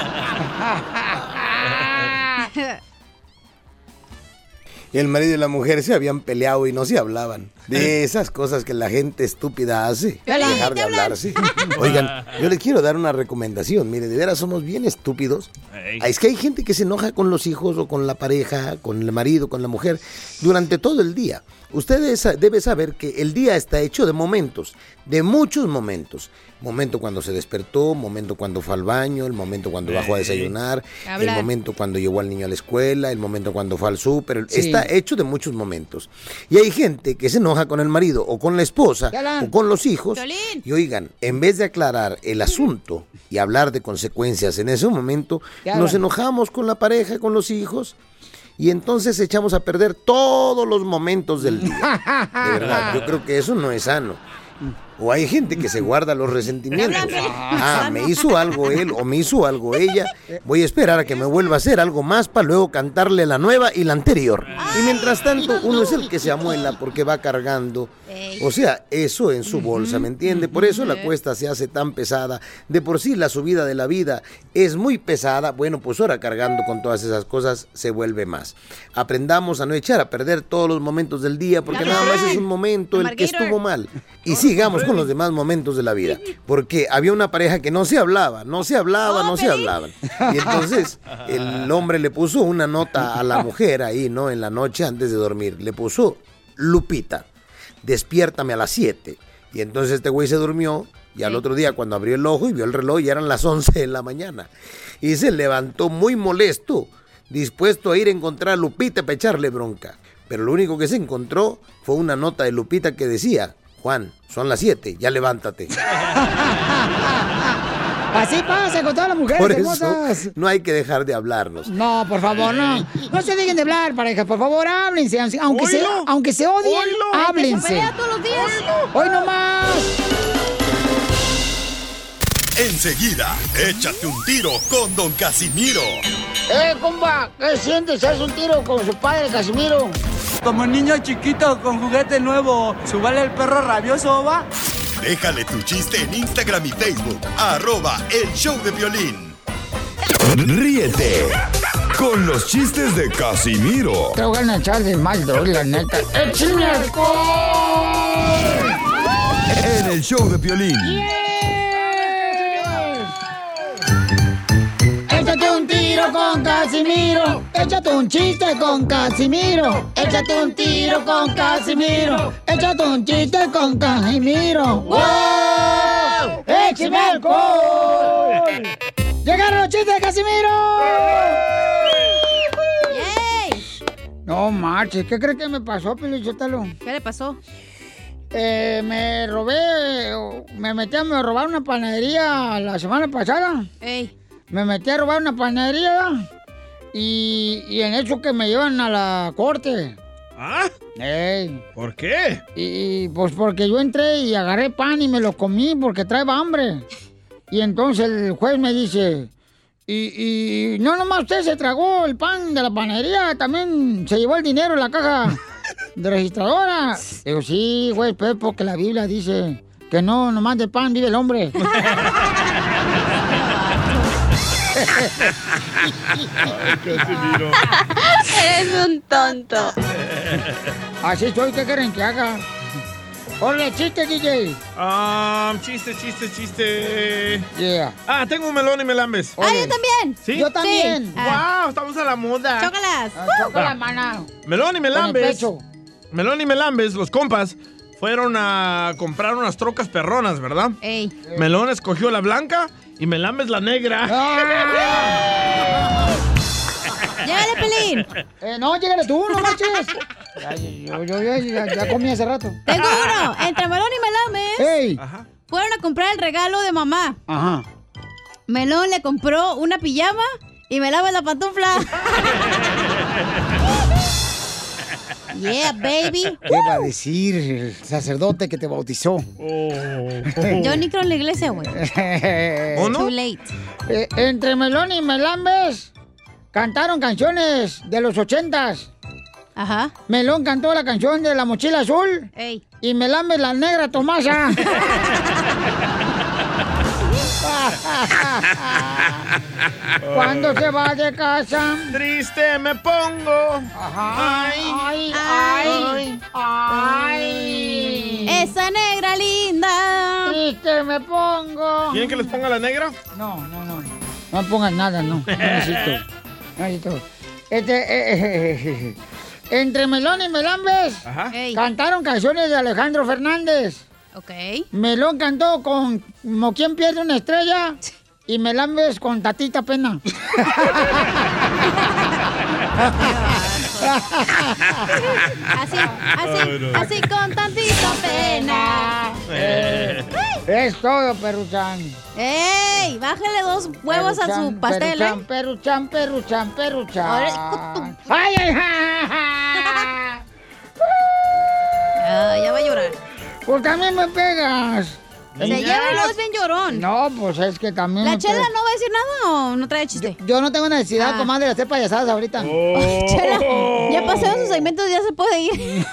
S13: El marido y la mujer se habían peleado y no se hablaban. De esas cosas que la gente estúpida hace.
S1: Piolín,
S13: Dejar
S1: te
S13: de
S1: hablan.
S13: hablarse. Oigan, yo les quiero dar una recomendación. Mire, de veras somos bien estúpidos. Ah, Es que hay gente que se enoja con los hijos o con la pareja, con el marido, con la mujer, durante todo el día. Ustedes sa- deben saber que el día está hecho de momentos, de muchos momentos. Momento cuando se despertó, momento cuando fue al baño, el momento cuando bajó a
S15: Ey.
S13: desayunar, el
S15: Hablar.
S13: momento cuando llevó al niño a la escuela, el momento cuando fue al súper.
S15: Sí.
S13: Está hecho de muchos momentos. Y hay gente que se enoja con el marido o con la esposa
S15: Galán.
S13: o con los hijos.
S15: Violín.
S13: Y oigan, en vez de aclarar el asunto y hablar de consecuencias en ese momento,
S15: Ya
S13: nos
S15: hablan.
S13: enojamos con la pareja, con los hijos. Y entonces echamos a perder todos los momentos del día. De verdad, yo creo que eso no es sano. O hay gente que se guarda los resentimientos. Ah, me hizo algo él o me hizo algo ella. Voy a esperar a que me vuelva a hacer algo más para luego cantarle la nueva y la anterior. Y mientras tanto, uno es el que se amuela porque va cargando. O sea, eso en su bolsa, ¿me entiende? Por eso la cuesta se hace tan pesada. De por sí la subida de la vida es muy pesada. Bueno, pues ahora cargando con todas esas cosas se vuelve más. Aprendamos a no echar a perder todos los momentos del día porque nada más es un momento el que estuvo mal. Y sigamos con los demás momentos de la vida. Porque había una pareja que no se hablaba, no se hablaba, no se hablaban. Y entonces el hombre le puso una nota a la mujer ahí, ¿no? En la noche antes de dormir. Le puso Lupita despiértame a las 7. Y entonces este güey se durmió y al otro día cuando abrió el ojo y vio el reloj ya eran las 11 de la mañana. Y se levantó muy molesto, dispuesto a ir a encontrar a Lupita para echarle bronca. Pero lo único que se encontró fue una nota de Lupita que decía, Juan, son las 7, ya levántate.
S2: Así pasa con todas las mujeres
S13: Por eso
S2: hermosas.
S13: no hay que dejar de hablarnos.
S2: No, por favor, no.
S1: Eh.
S2: No se dejen de hablar, pareja. Por favor, háblense. Aunque- Aunque, se,
S1: Oílo.
S2: aunque se odien,
S1: Oílo. Ay, que se
S2: háblense.
S1: pelea todos los días.
S2: Hoy no más.
S6: Enseguida, échate un tiro con Don Casimiro.
S2: Eh, compa, ¿qué sientes? ¿Haz un tiro con su padre, Casimiro?
S14: Como niño chiquito con juguete nuevo, subale el perro rabioso, va.
S6: Déjale tu chiste en Instagram y Facebook. Arroba el show de violín.
S15: Ríete con los chistes de Casimiro
S2: Te voy a echar de mal, bro, la neta. ¡Échame alcohol!
S15: en el show de violín.
S2: Échate un tiro con Casimiro. Échate un chiste con Casimiro. Échate un tiro con Casimiro. Échate un chiste con Casimiro. ¡Wow! ¡Échame alcohol! ¡Llegaron los chistes de Casimiro! No marches, ¿qué crees que me pasó, Pelichotelo?
S7: ¿Qué le pasó?
S2: Eh, me robé, o- me metí a me robar una panadería la semana pasada. Me metí a robar una panadería ¿verdad? y, y en eso que me llevan a la corte.
S3: ¿Ah?
S2: ¿Por qué? Y, y, pues porque yo entré y agarré pan y me lo comí porque traeba hambre. Y entonces el juez me dice, y, y no nomás usted se tragó el pan de la panadería, también se llevó el dinero en la caja de registradora. Digo, sí, juez, pero porque la Biblia dice que no, nomás de pan vive el hombre.
S19: Eres un tonto.
S2: Así soy, ¿qué quieren que haga? Ponle chiste, DJ.
S3: Um, chiste, chiste, chiste.
S2: Yeah.
S3: Ah, tengo un melón y melambes.
S7: Ah, yo también. Ah.
S3: ¿Sí?
S2: Yo también.
S3: Wow, estamos a la moda. Ah,
S7: Chócalas.
S3: chócala,
S2: mana. Con
S3: Melón y
S2: el
S3: melambes.
S2: pecho.
S3: Melón y melambes, los compas, fueron a comprar unas trocas perronas, ¿verdad?
S7: Ey.
S3: Melón escogió la blanca y melambes la negra.
S7: Llegale, Ah. Pelín.
S2: Eh, no, llégale tú, no marches. Ya, yo, yo- ya- ya- ya comí hace rato.
S7: Tengo uno. Entre Melón y Melames
S2: ¡Ey!
S7: fueron a comprar el regalo de mamá.
S2: Ajá.
S7: Melón le compró una pijama y Melambes la pantufla. yeah, baby.
S2: ¿Qué va a decir el sacerdote que te bautizó?
S7: Yo ni creo en la iglesia, güey.
S2: ¿O
S7: Too late.
S2: Eh, entre Melón y Melambes cantaron canciones de los ochentas.
S7: Ajá.
S2: Melón cantó la canción de la mochila azul.
S7: Ey.
S2: Y Melambes la negra Tomasa. Cuando se va de casa.
S3: Triste me pongo.
S2: Ay,
S7: ay,
S2: ay.
S7: Esa negra linda.
S2: Triste me pongo.
S3: ¿Quieren que les ponga la negra?
S2: No, no, no. No pongas nada, no. No necesito. No necesito. Este, eh, eh, entre Melón y Melambes
S7: Ey.
S2: cantaron canciones de Alejandro Fernández.
S7: Ok.
S2: Melón cantó con como quien pierde una estrella y Melambes con Tatita Pena.
S7: Así, así,
S2: Ay, no.
S7: así con tantita pena.
S2: Es todo, Peruchan.
S7: ¡Ey! Bájale dos huevos a su
S2: Peruchan,
S7: pastel, ¿eh?
S2: Peruchan, Peruchan, Peruchan, Peruchan.
S7: Ahora-
S2: ¡Ay, ay, ay!
S7: Ah, ya va a llorar.
S2: Pues también me pegas.
S7: Se lleva y luego es bien llorón.
S2: No, pues es que también.
S7: ¿La
S2: me
S7: chela
S2: pegas.
S7: no va a decir nada o no trae chiste?
S2: Yo no tengo necesidad,
S7: Ah.
S2: comadre, de hacer payasadas ahorita.
S3: Oh.
S7: Chela, ya pasaron sus segmentos, ya se puede ir.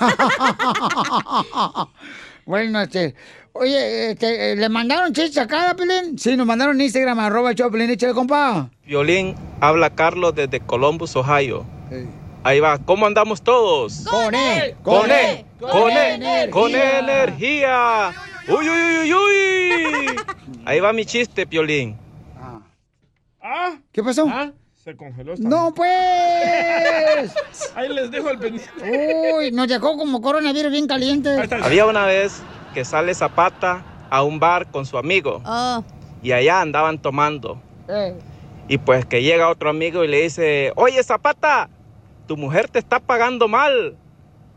S2: bueno, este. Oye, este, eh, ¿le mandaron chistes acá, a Pelín? Sí, nos mandaron en Instagram, arroba el show de Pelín, échale, compa.
S11: Violín, habla Carlos desde Columbus, Ohio. Ahí va, ¿cómo andamos todos?
S2: Con él,
S11: Con él, con
S2: él,
S11: él, con
S2: energía.
S11: energía. Uy, uy, uy, uy, uy. Ahí va mi chiste, Piolín.
S3: Ah.
S2: ¿Qué pasó?
S3: Ah, se congeló. esta
S2: ¡No, pues!
S3: Ahí les dejo el pendiente.
S2: Uy, nos llegó como coronavirus bien caliente.
S11: Había una vez que sale Zapata a un bar con su amigo
S2: Oh.
S11: y allá andaban tomando.
S2: Eh.
S11: Y pues que llega otro amigo y le dice, oye Zapata, tu mujer te está pagando mal.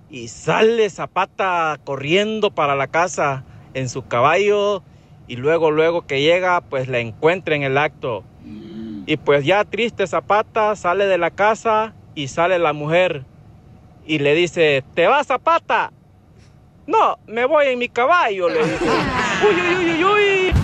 S11: Y sale Zapata corriendo para la casa en su caballo y luego, luego que llega, pues la encuentra en el acto. Y pues ya triste Zapata sale de la casa y sale la mujer y le dice, ¿te vas Zapata? No, me voy en mi caballo, le dice. Uy, uy, uy, uy, uy.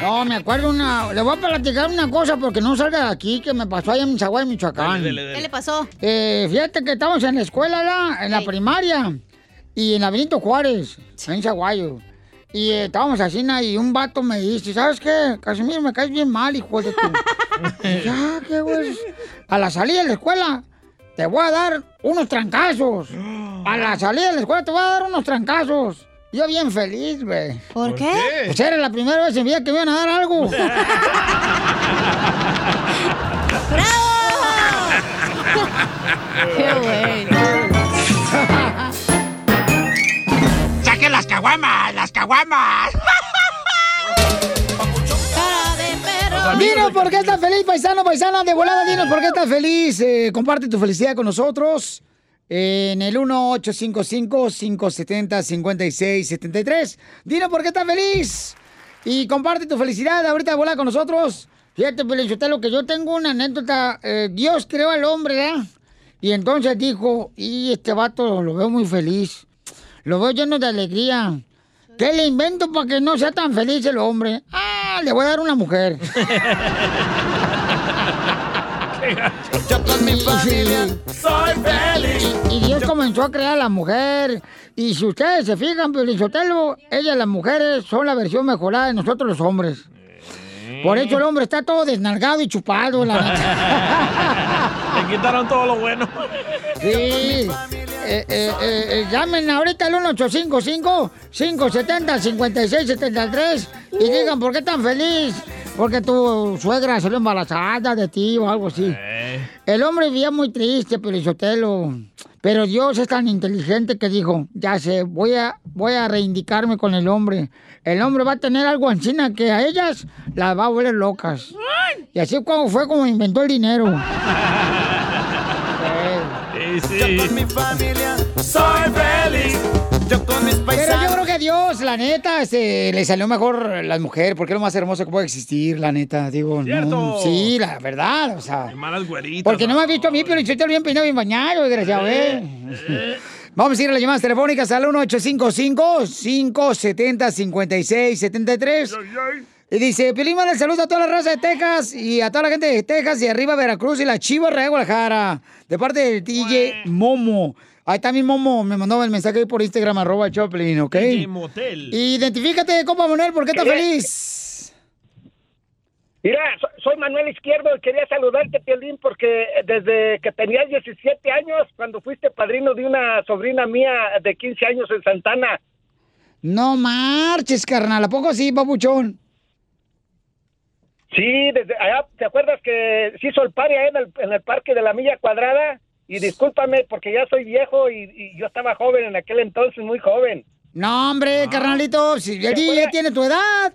S2: No, me acuerdo una. Le voy a platicar una cosa porque no salga de aquí que me pasó allá en Michoacán, Michoacán.
S7: ¿Qué le pasó?
S2: Eh, fíjate que estábamos en la escuela, ¿la? en la primaria, y en la Benito Juárez, en Zaguayo. Y eh, estábamos así, na, y un vato me dice, ¿sabes qué? Casimiro, me caes bien mal, hijo de tu... Y ya, qué güey. A la salida de la escuela, te voy a dar unos trancazos. A la salida de la escuela te voy a dar unos trancazos. Yo bien feliz, güey.
S7: ¿Por qué? qué?
S2: Pues era la primera vez en mi vida que me iban a dar algo.
S7: ¡Qué bueno!
S1: ¡Saquen las caguamas! ¡Las caguamas!
S2: Dinos por qué estás feliz, paisano, paisana. De volada, dinos por qué estás feliz. Eh, comparte tu felicidad con nosotros en el 1-855-570-5673. Dinos por qué estás feliz. Y comparte tu felicidad ahorita de volada con nosotros. Fíjate, lo que yo tengo una anécdota. Eh, Dios creó al hombre, ¿verdad? Y entonces dijo, y este vato lo veo muy feliz. Lo veo lleno de alegría. ¿Qué le invento para que no sea tan feliz el hombre? Ah, le voy a dar una mujer. Yo con mi familia soy feliz. Y Dios comenzó a crear a la mujer. Y si ustedes se fijan, Sotelo, ellas las mujeres son la versión mejorada de nosotros los hombres. Por eso el hombre está todo desnalgado y chupado, la neta.
S3: Le quitaron todo lo bueno.
S2: Sí. eh, eh, eh, llamen ahorita al 1855-570-5673 y digan por qué tan feliz. Porque tu suegra salió embarazada de ti o algo así. El hombre vivía muy triste, Pelizotelo. Pero Dios es tan inteligente que dijo, ya sé, voy a, voy a reindicarme con el hombre. El hombre va a tener algo encima que a ellas las va a volver locas. Y así como fue como inventó el dinero.
S1: Yo con mi familia soy feliz. Yo con mis
S2: Pero yo
S1: paisanos.
S2: creo que a Dios, la neta, este, le salió mejor la mujer, porque es lo más hermoso que puede existir, la neta, digo. No,
S3: Cierto.
S2: sí, la verdad, o sea.
S3: Malas güeritas.
S2: Porque no me has visto a mí, pero yo te bien peinado, bien bañado, desgraciado, ¿eh? Vamos a ir a las llamadas telefónicas al 1855-570-5673. Y dice, Piolín, el saludo a toda la raza de Texas y a toda la gente de Texas y arriba Veracruz y la Chiva Real de Guadalajara. De parte del DJ Momo. Ahí también Momo me mandó el mensaje ahí por Instagram, arroba el Choplin, ¿ok?
S3: DJ Motel.
S2: Identifícate, compa Manuel, ¿por qué estás
S4: ¿Qué?
S2: feliz?
S4: Mira, so- soy Manuel Izquierdo y quería saludarte, Piolín, porque desde que tenía 17 años, cuando fuiste padrino de una sobrina mía de 15 años en Santana,
S2: No marches, carnal. ¿A poco sí, papuchón?
S4: sí, desde allá, ¿te acuerdas que se hizo el party ahí en el, en el parque de la Milla Cuadrada? Y discúlpame, porque ya soy viejo y, y yo estaba joven en aquel entonces, muy joven.
S2: No, hombre, carnalito, si el DJ tiene tu edad.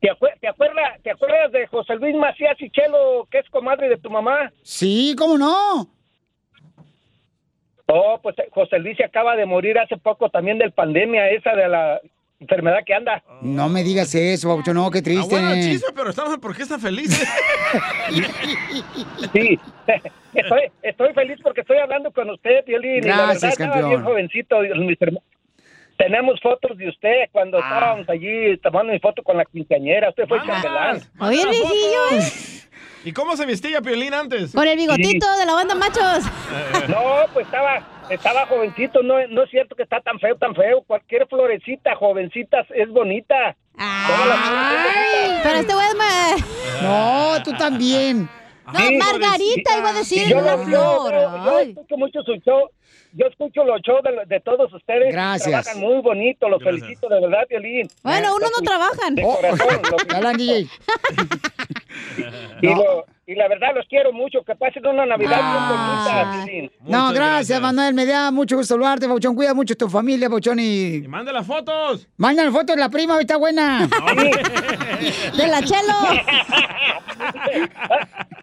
S4: ¿Te, acue- te acuerdas, ¿Te acuerdas de José Luis Macías y Chelo, que es comadre de tu mamá?
S2: Sí, ¿cómo no?
S4: Oh, pues eh, José Luis se acaba de morir hace poco también del pandemia, esa de la enfermedad que anda.
S2: No me digas eso, papuchón. No, qué triste.
S4: Abuela,
S3: Ah, Chiste, pero estamos en ¿Por qué está feliz? ¿eh?
S4: Sí, estoy, estoy feliz porque estoy hablando con usted, Violín.
S2: Gracias,
S4: estaba
S2: campeón.
S4: bien jovencito. y mis herma- Tenemos fotos de usted
S7: Ah.
S4: cuando estábamos allí tomando mi foto con la quinceañera. Usted fue chambelán.
S7: Oye, el viejillo, ¿eh?
S3: ¿Y cómo se vestía Piolín antes?
S7: Con el bigotito de la banda machos.
S4: No, pues estaba, estaba jovencito. No, no es cierto que está tan feo, tan feo. Cualquier florecita, jovencita, es bonita. Todas las flores son bonitas.
S7: Ah. Pero este güey es ma-
S2: No, tú también.
S7: No, Margarita iba a decir
S4: Y yo
S7: una
S4: lo-
S7: flor.
S4: Yo, yo escucho mucho su show. Yo escucho los shows de, lo- de todos ustedes.
S2: Gracias.
S4: Trabajan muy bonito, los felicito de verdad, Violín.
S7: Bueno, uno no trabajan.
S4: De
S2: Oh,
S4: corazón, los- y, lo- y la verdad los quiero mucho. Que pasen una Navidad
S2: Ah.
S4: muy bonita, Violín.
S2: No, gracias, Manuel. Me da mucho gusto saludarte, Pauchón. Cuida mucho a tu familia, Pauchón. Y...
S3: Manda las fotos.
S2: Mándale fotos de la prima, hoy está buena.
S7: De la chelo.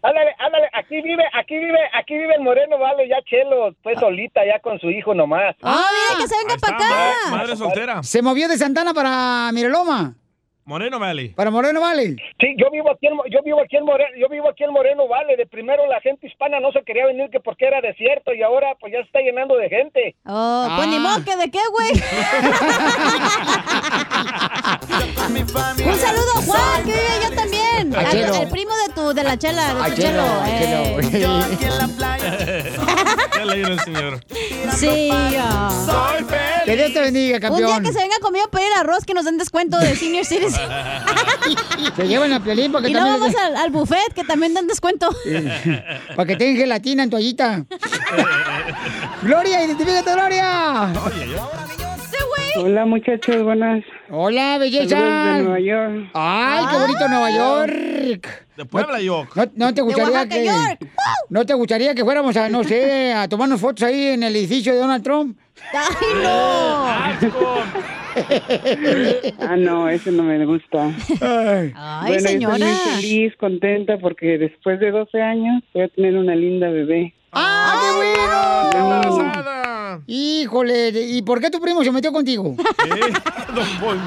S4: Ándale, ándale, aquí vive, aquí vive, aquí vive el moreno, vale, ya Chelo, pues solita, ya con su hijo nomás.
S7: Ah, mira, que se venga para acá.
S3: Madre soltera.
S2: Se movió de Santana para Mireloma.
S3: Moreno Valley.
S2: Para Moreno Valley.
S4: Sí, yo vivo aquí en, yo vivo aquí en Moreno, yo vivo aquí en Moreno Vale, de primero la gente hispana no se quería venir que porque era desierto y ahora pues ya se está llenando de gente.
S7: Oh, pues
S2: Ah.
S7: ni modo que de qué, güey. Un saludo a Juan, que vive yo también.
S1: Ay,
S7: Al-
S1: Chelo.
S7: El primo de tu, de la chela, de
S1: Ay,
S7: tu
S1: Chelo,
S7: chelo.
S1: ay,
S7: Pues eh.
S1: Chelo. Yo aquí en la
S3: Ya le dieron el señor.
S7: Sí, ah.
S3: Soy feliz.
S2: Que Dios te bendiga, campeón.
S7: Un día que se venga conmigo a pedir arroz que nos den descuento de Senior Citizen.
S2: Se llevan a Piolín porque
S7: Y luego
S2: también
S7: vamos
S2: les-
S7: al, al buffet que también dan descuento.
S2: Para que tengan gelatina en toallita. Gloria, identifícate, Gloria.
S16: Hola muchachos, buenas.
S2: Hola, belleza.
S16: Saludos de Nueva York.
S2: Ay, qué bonito Nueva York.
S3: De Puebla, York.
S2: No, no te gustaría
S3: Oaxaca,
S2: que
S3: York.
S2: no te gustaría que fuéramos a no sé a tomarnos fotos ahí en el edificio de Donald Trump.
S7: Ay no.
S16: Ah, no, eso no me gusta.
S7: Ay,
S16: bueno, yo
S7: señora.
S16: estoy muy feliz, contenta, porque después de 12 años voy a tener una linda bebé.
S2: ¡Ah, qué bueno!
S16: Ah,
S2: Híjole, ¿y por qué tu primo se metió contigo?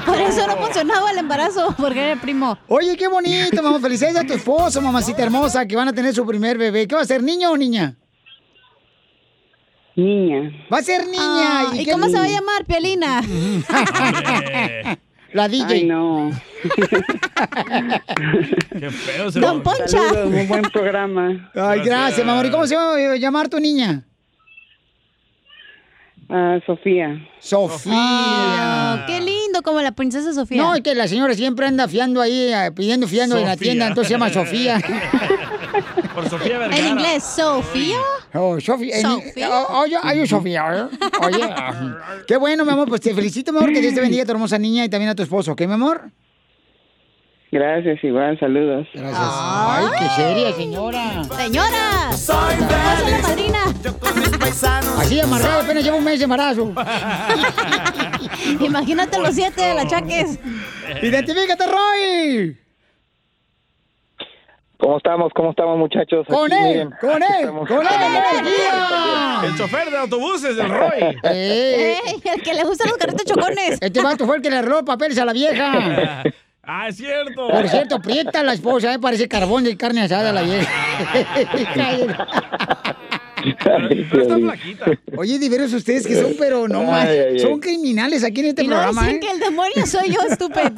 S7: Por eso no funcionaba el embarazo, porque era el primo.
S2: Oye, qué bonito, mamá. Felicidades a tu esposo, mamacita hermosa, que van a tener su primer bebé. ¿Qué va a ser, niño o niña?
S16: Niña.
S2: Va a ser niña.
S7: Ah, ¿y
S2: qué-
S7: cómo se va a llamar, Piolina?
S2: La DJ.
S16: Ay, no.
S2: Ah,
S3: Qué feo se
S16: Don
S3: lo-
S16: Poncha. Saludos, muy buen programa.
S2: Ay, gracias, mi amor. ¿Y cómo se va a llamar tu niña?
S16: Ah, Sofía.
S2: Sofía.
S7: Oh, Qué lindo, como la princesa Sofía.
S2: No, es que la señora siempre anda fiando ahí, eh, pidiendo fiando en la
S7: Sofía.
S2: tienda, entonces se llama Sofía.
S3: Por Sofía
S7: En
S3: Vergara.
S7: inglés, Sofía.
S2: Oh, Sofi. eh,
S13: Sophia.
S2: oh, oh, yo- are you Sofía? ¿eh? Oye. Qué bueno, mi amor. Pues te felicito, mi amor. Que Dios te bendiga a tu hermosa niña y también a tu esposo, ¿ok, mi amor?
S20: Gracias, igual, saludos.
S2: Gracias. Ay, qué seria, señora.
S7: Señora, pasa la madrina.
S2: Así amarrado, apenas llevo un mes de embarazo.
S7: Imagínate los siete de la chaques.
S2: ¡Identifícate, Roy!
S4: ¿Cómo estamos? ¿Cómo estamos, muchachos?
S2: ¡Con
S4: Aquí,
S2: él!
S4: miren,
S2: ¡Con
S4: aquí
S2: él!
S4: estamos.
S2: ¡Con él!
S3: El chofer de autobuses del Roy.
S2: Eh. el que le gustan los carretes chocones. Este vato fue el que le robó papeles a la vieja.
S3: Ah, es cierto.
S2: Por cierto, aprieta la esposa, eh, parece carbón de carne asada la vieja. Oye, diversos ustedes que son, pero no más.
S13: Ay, ay, ay.
S2: Son criminales aquí en este
S7: Y luego
S2: programa.
S7: dicen
S2: ¿eh?
S7: que el demonio soy yo, estúpidos.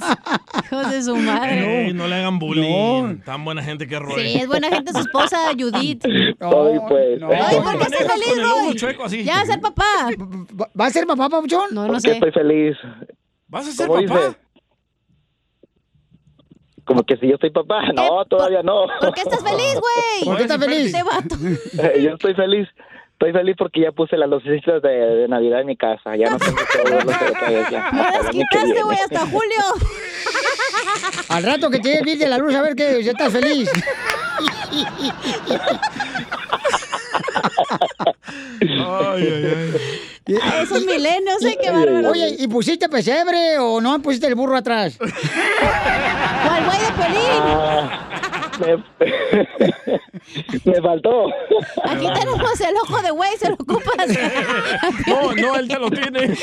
S7: Hijos de su madre.
S3: Ey, no le hagan bullying. Tan buena gente que Roy.
S7: Sí, es buena gente su esposa, Judith.
S4: Ay, pues.
S7: Ay, ¿por qué estás feliz, Roy?
S3: chueco así.
S7: Ya, va a ser papá.
S2: ¿Va a ser papá, papuchón?
S7: No,
S4: ¿Por
S7: no
S4: qué
S7: sé.
S2: pues.
S4: estoy feliz?
S3: ¿Vas a
S7: ser
S4: ¿Cómo
S7: papá?
S4: dice? Como que si yo soy papá. No, todavía no.
S7: ¿Por qué estás feliz, güey?
S4: ¿Por qué estás feliz?
S7: Este vato.
S4: Eh, yo estoy feliz. Estoy feliz porque ya puse las lucecitas de, de Navidad en mi casa. Ya no tengo que volverlo a hacer otra vez. Ya.
S7: No las
S4: Para el año que
S7: quitaste,
S4: viene.
S7: güey, hasta julio.
S2: Al rato que te llegue el bill de la luz, a ver que ya estás feliz.
S7: Ah, Esos milenios, ¿eh? Qué bárbaro.
S2: Oye, ¿y pusiste pesebre o no pusiste el burro atrás?
S7: ¿Cuál güey de
S4: Ah, me, me faltó.
S7: Aquí tenemos el ojo de güey, se lo ocupas.
S3: No, no, él ya lo tiene.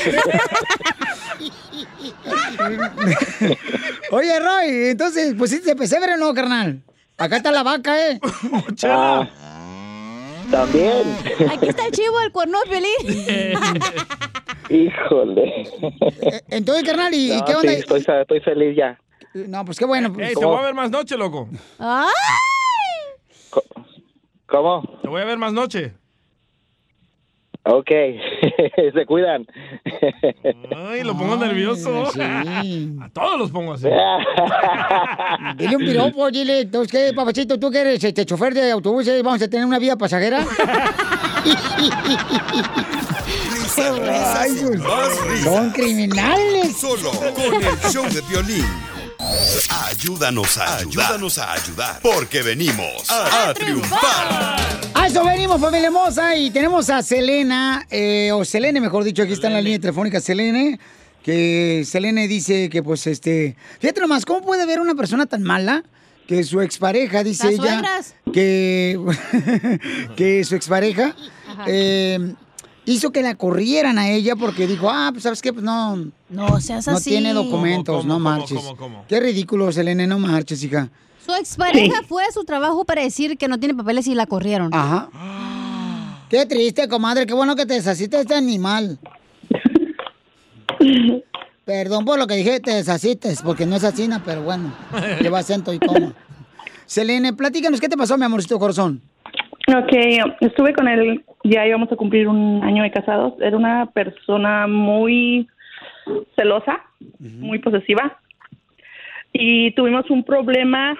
S2: Oye, Roy, entonces, pues, ¿pusiste pesebre o no, carnal? Acá está la vaca, ¿eh?
S4: Ah, también.
S7: Aquí está el chivo, el cuerno
S2: Eh,
S7: feliz.
S4: Híjole.
S2: Entonces, carnal, ¿y
S4: No,
S2: qué onda?
S4: sí, estoy, estoy feliz ya.
S2: No, pues qué bueno.
S3: Ey,
S2: pues.
S3: te voy a ver más noche, loco.
S7: ¡Ay!
S4: ¿Cómo?
S3: Te voy a ver más noche.
S4: Ok. Se cuidan.
S3: Ay, lo pongo nervioso. A todos los pongo así.
S2: Dile un piropo, dile. Entonces, ¿qué, papacito? ¿Tú que eres este chofer de autobuses? ¿Vamos a tener una vida pasajera? Ay, Dios. Son criminales.
S6: Solo con el show de violín. Ayúdanos a ayudar. Ayúdanos a ayudar. Porque venimos a, a triunfar.
S2: A eso venimos, familia hermosa. Y tenemos a Selena, eh, o Selene, mejor dicho, aquí está en la línea telefónica Selene. Que Selene dice que, pues, este. Fíjate nomás, ¿cómo puede ver una persona tan mala que su expareja, dice
S7: Las
S2: ella.
S7: suegras.
S2: Que. que su expareja. eh, hizo que la corrieran a ella porque dijo, ah, pues, ¿sabes qué? Pues no.
S7: No seas
S2: No
S7: así.
S2: tiene documentos, no marches. Qué ridículo, Selene, no marches, hija.
S7: Su expareja fue a su trabajo para decir que no tiene papeles y la corrieron.
S2: Ajá. Ah. Qué triste, comadre. Qué bueno que te deshaciste de este animal. Perdón por lo que dije, te deshaciste, porque no es asina, pero bueno. Lleva acento y coma. Selene, platícanos, ¿qué te pasó, mi amorcito corazón?
S20: Ok, estuve con él, ya íbamos a cumplir un año de casados. Era una persona muy celosa, muy posesiva. Y tuvimos un problema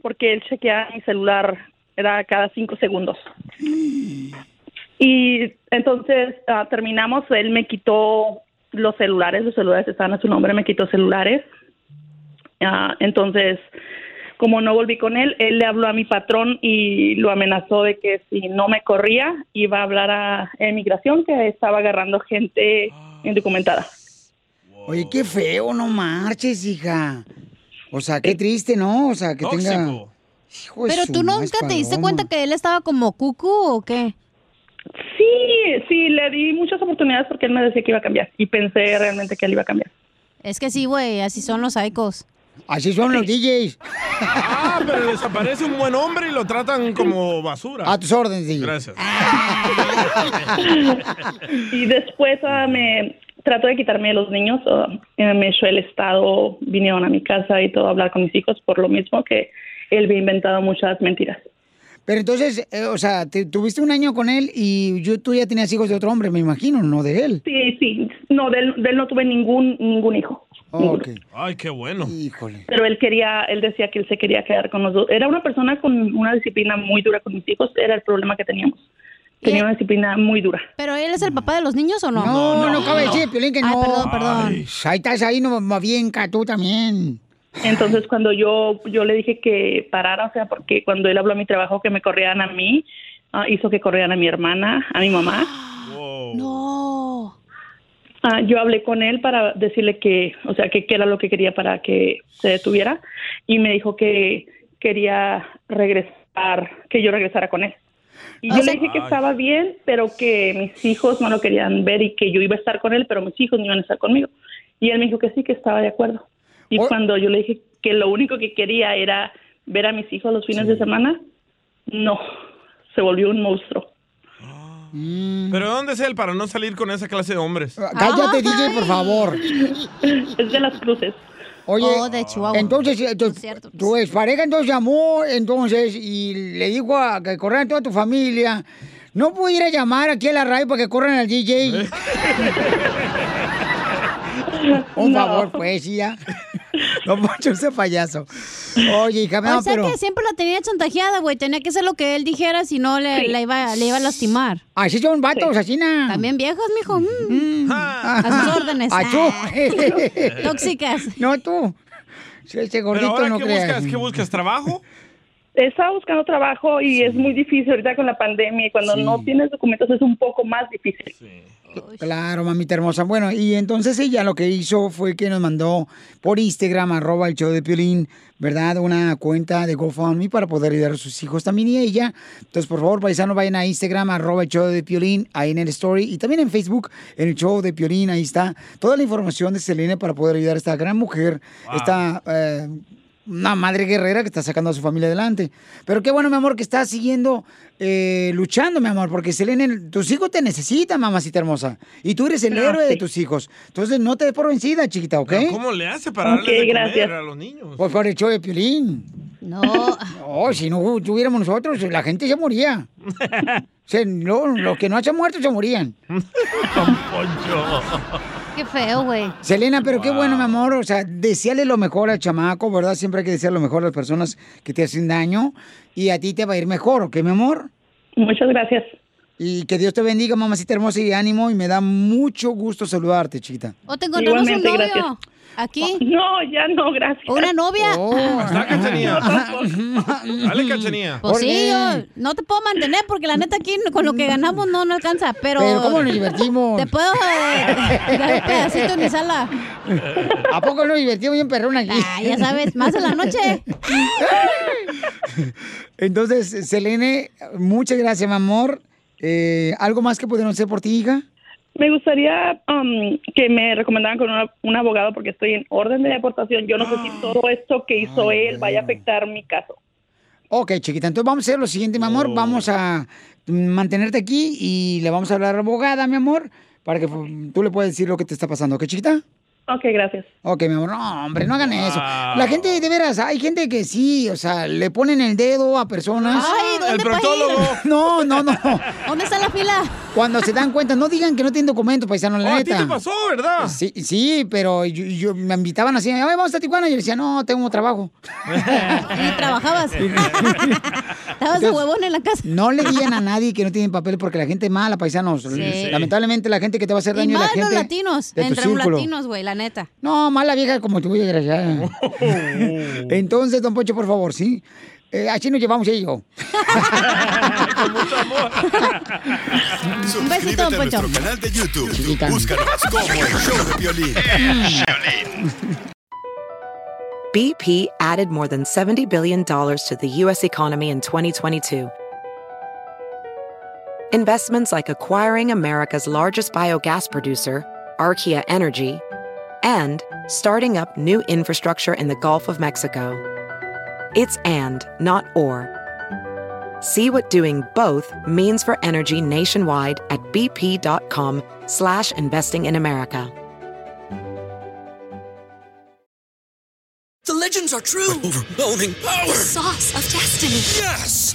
S20: porque él chequeaba mi celular, era cada cinco segundos. Y entonces ah, terminamos, él me quitó los celulares, los celulares estaban a su nombre, me quitó celulares. Ah, entonces como no volví con él, él le habló a mi patrón y lo amenazó de que si no me corría iba a hablar a emigración que estaba agarrando gente indocumentada.
S2: Oye, qué feo, no marches, hija. O sea, qué triste, ¿no? O sea, que tenga...
S20: Tóxico.
S2: Hijo de
S7: Pero
S2: su
S7: tú
S2: maíz
S7: nunca te diste
S2: paloma.
S7: cuenta que él estaba como cucu o qué?
S20: Sí, sí, le di muchas oportunidades porque él me decía que iba a cambiar y pensé realmente que él iba a cambiar.
S7: Es que sí, güey, así son los psychos.
S2: Así son los DJs.
S3: Ah, pero desaparece un buen hombre y lo tratan como basura.
S2: A tus órdenes, DJ.
S3: Gracias.
S20: y después ah, me trató de quitarme los niños, ah, eh, me echó el estado, vinieron a mi casa y todo a hablar con mis hijos por lo mismo que él había inventado muchas mentiras.
S2: Pero entonces, eh, o sea, te- tuviste un año con él y yo, tú ya tenías hijos de otro hombre, me imagino, no de él.
S20: Sí, sí. No, de él, de él no tuve ningún ningún hijo.
S2: Ok.
S3: Ay, qué bueno.
S2: Híjole.
S20: Pero él quería, él decía que él se quería quedar con los dos. Era una persona con una disciplina muy dura con mis hijos. Era el problema que teníamos. Tenía una disciplina muy dura.
S7: ¿Pero él es el papá de los niños o no?
S2: No, no, no, cabe decir, Piolín, que no. Ah,
S7: Ay, perdón, perdón.
S2: Ahí estás ahí, no, más bien, ca- tú también.
S20: Entonces cuando yo yo le dije que parara, o sea, porque cuando él habló a mi trabajo que me corrieran a mí, ah, hizo que corrieran a mi hermana, a mi mamá.
S3: Oh.
S7: No.
S20: Ah, yo hablé con él para decirle que, o sea, que qué era lo que quería para que se detuviera y me dijo que quería regresar, que yo regresara con él. Y O yo sea- le dije que Ay. estaba bien, pero que mis hijos no lo querían ver y que yo iba a estar con él, pero mis hijos no iban a estar conmigo. Y él me dijo que sí, que estaba de acuerdo. Y cuando yo le dije que lo único que quería era ver a mis hijos los fines de semana, no, se volvió un monstruo.
S3: ¿Pero dónde es él para no salir con esa clase de hombres?
S2: Ah, Cállate, DJ, por favor.
S20: Es de las cruces.
S2: Oye,
S3: Oh, de Chihuahua.
S2: entonces, eh, tu, tu expareja entonces llamó, entonces, y le dijo a que corran a toda tu familia. No pudiera llamar aquí a la radio para que corran al DJ. Un
S7: No.
S2: favor, pues, sí, ya. No, Poncho, ese payaso. Oye, hija, Ah, no,
S7: o sea
S2: pero...
S7: Pues que siempre la tenía chantajeada, güey. Tenía que ser lo que él dijera, si no le,
S2: Sí.
S7: la iba, le iba a lastimar.
S2: Así son vatos, así nada.
S7: También viejas, mijo. mm. A sus órdenes.
S2: Achú.
S7: Tóxicas.
S2: No, tú. Ese
S3: ¿Pero
S2: gordito
S3: ahora
S2: no
S3: qué
S2: creas.
S3: buscas? ¿Qué buscas? ¿Trabajo?
S20: Estaba buscando trabajo y es muy difícil ahorita con la pandemia y cuando
S2: Sí.
S20: no tienes documentos es un poco más difícil.
S2: Claro, mamita hermosa. Bueno, y entonces ella lo que hizo fue que nos mandó por Instagram, arroba el show de Piolín, ¿verdad? Una cuenta de GoFundMe para poder ayudar a sus hijos también y ella. Entonces, por favor, paisanos, vayan a Instagram, arroba el show de Piolín, ahí en el story. Y también en Facebook, en el show de Piolín, ahí está toda la información de Selena para poder ayudar a esta gran mujer, esta... eh, una madre guerrera que está sacando a su familia adelante. Pero qué bueno, mi amor, que estás siguiendo eh, luchando, mi amor, porque Selene, tus hijos te necesitan, mamacita hermosa. Y tú eres el
S3: Ah,
S2: héroe de
S3: sí.
S2: tus hijos. Entonces no te des por vencida, chiquita, ¿ok?
S3: ¿Pero ¿Cómo le hace para darle de comer a los niños?
S2: Pues por el show de Piolín.
S7: No.
S2: No, si no tuviéramos nosotros, la gente se moría. Se- no, los que no se han muerto se morían.
S7: Qué feo, güey.
S2: Selena, pero qué bueno, mi amor. O sea, deseale lo mejor al chamaco, ¿verdad? Siempre hay que desear lo mejor a las personas que te hacen daño. Y a ti te va a ir mejor, ¿ok, mi amor?
S20: Muchas gracias.
S2: Y que Dios te bendiga, mamacita hermosa, y ánimo. Y me da mucho gusto saludarte, chiquita.
S7: O te encontramos un
S2: Igualmente,
S7: novio.
S2: gracias.
S7: Aquí.
S20: Oh, No, ya no, gracias.
S7: ¿Una novia?
S2: Oh.
S3: Hasta cachanía. Dale cachanía.
S7: Pues sí, yo no te puedo mantener porque la neta aquí con lo que ganamos no, no alcanza, pero...
S2: Pero ¿cómo nos divertimos?
S7: Te puedo eh, dar un pedacito en mi sala.
S2: ¿A poco nos divertimos bien perrón aquí?
S7: Ah, ya sabes, más en la noche.
S2: Entonces, Selene, muchas gracias, mi amor. Eh, ¿Algo más que pudieron hacer por ti, hija?
S20: Me gustaría um, que me recomendaran con una- un abogado porque estoy en orden de deportación. Yo no sé
S3: Ah.
S20: si todo esto que hizo él vaya a afectar mi caso.
S2: Ok, chiquita, entonces vamos a hacer lo siguiente, mi amor. Vamos a mantenerte aquí y le vamos a hablar a la abogada, mi amor, para que mm, tú le puedas decir lo que te está pasando, ¿ok, chiquita?
S20: Ok, gracias.
S2: Ok, mi amor, no, hombre, no hagan eso.
S3: Wow.
S2: La gente, de veras, hay gente que sí, o sea, le ponen el dedo a personas.
S3: Ah,
S7: Ay, ¿dónde El va a ir? proctólogo.
S2: No, no, no.
S7: ¿Dónde está la fila?
S2: Cuando se dan cuenta, no digan que no tienen documento, paisano, la
S3: Oh, a ti
S2: neta.
S3: te pasó, ¿verdad?
S2: Sí, sí, pero yo, yo- me invitaban así, "Ay, vamos a Tijuana, y yo decía, no, tengo trabajo.
S7: Y trabajabas. Estabas de
S2: Entonces,
S7: huevón en la casa.
S2: No le digan a nadie que no tienen papel porque la gente es mala, paisanos.
S7: Sí.
S2: Lamentablemente la gente que te va a hacer
S7: Y
S2: daño es la
S7: más los
S2: gente
S7: latinos.
S2: de tu
S7: Entre los
S2: círculo.
S7: latinos, güey, la neta.
S2: No, mala vieja como tú, desgraciada. Entonces, don Poncho, por favor, ¿sí? Eh, así nos llevamos ellos.
S6: Suscríbete a nuestro canal de YouTube. Búscanos como el show de violín.
S21: BP added more than $70 billion to the U.S. economy in 2022. Investments like acquiring America's largest biogas producer, Archaea Energy, and starting up new infrastructure in the Gulf of Mexico. It's and, not or. See what doing both means for energy nationwide at bp.com slash investing in America.
S22: The legends are true. overwhelming power! The sauce of destiny. Yes!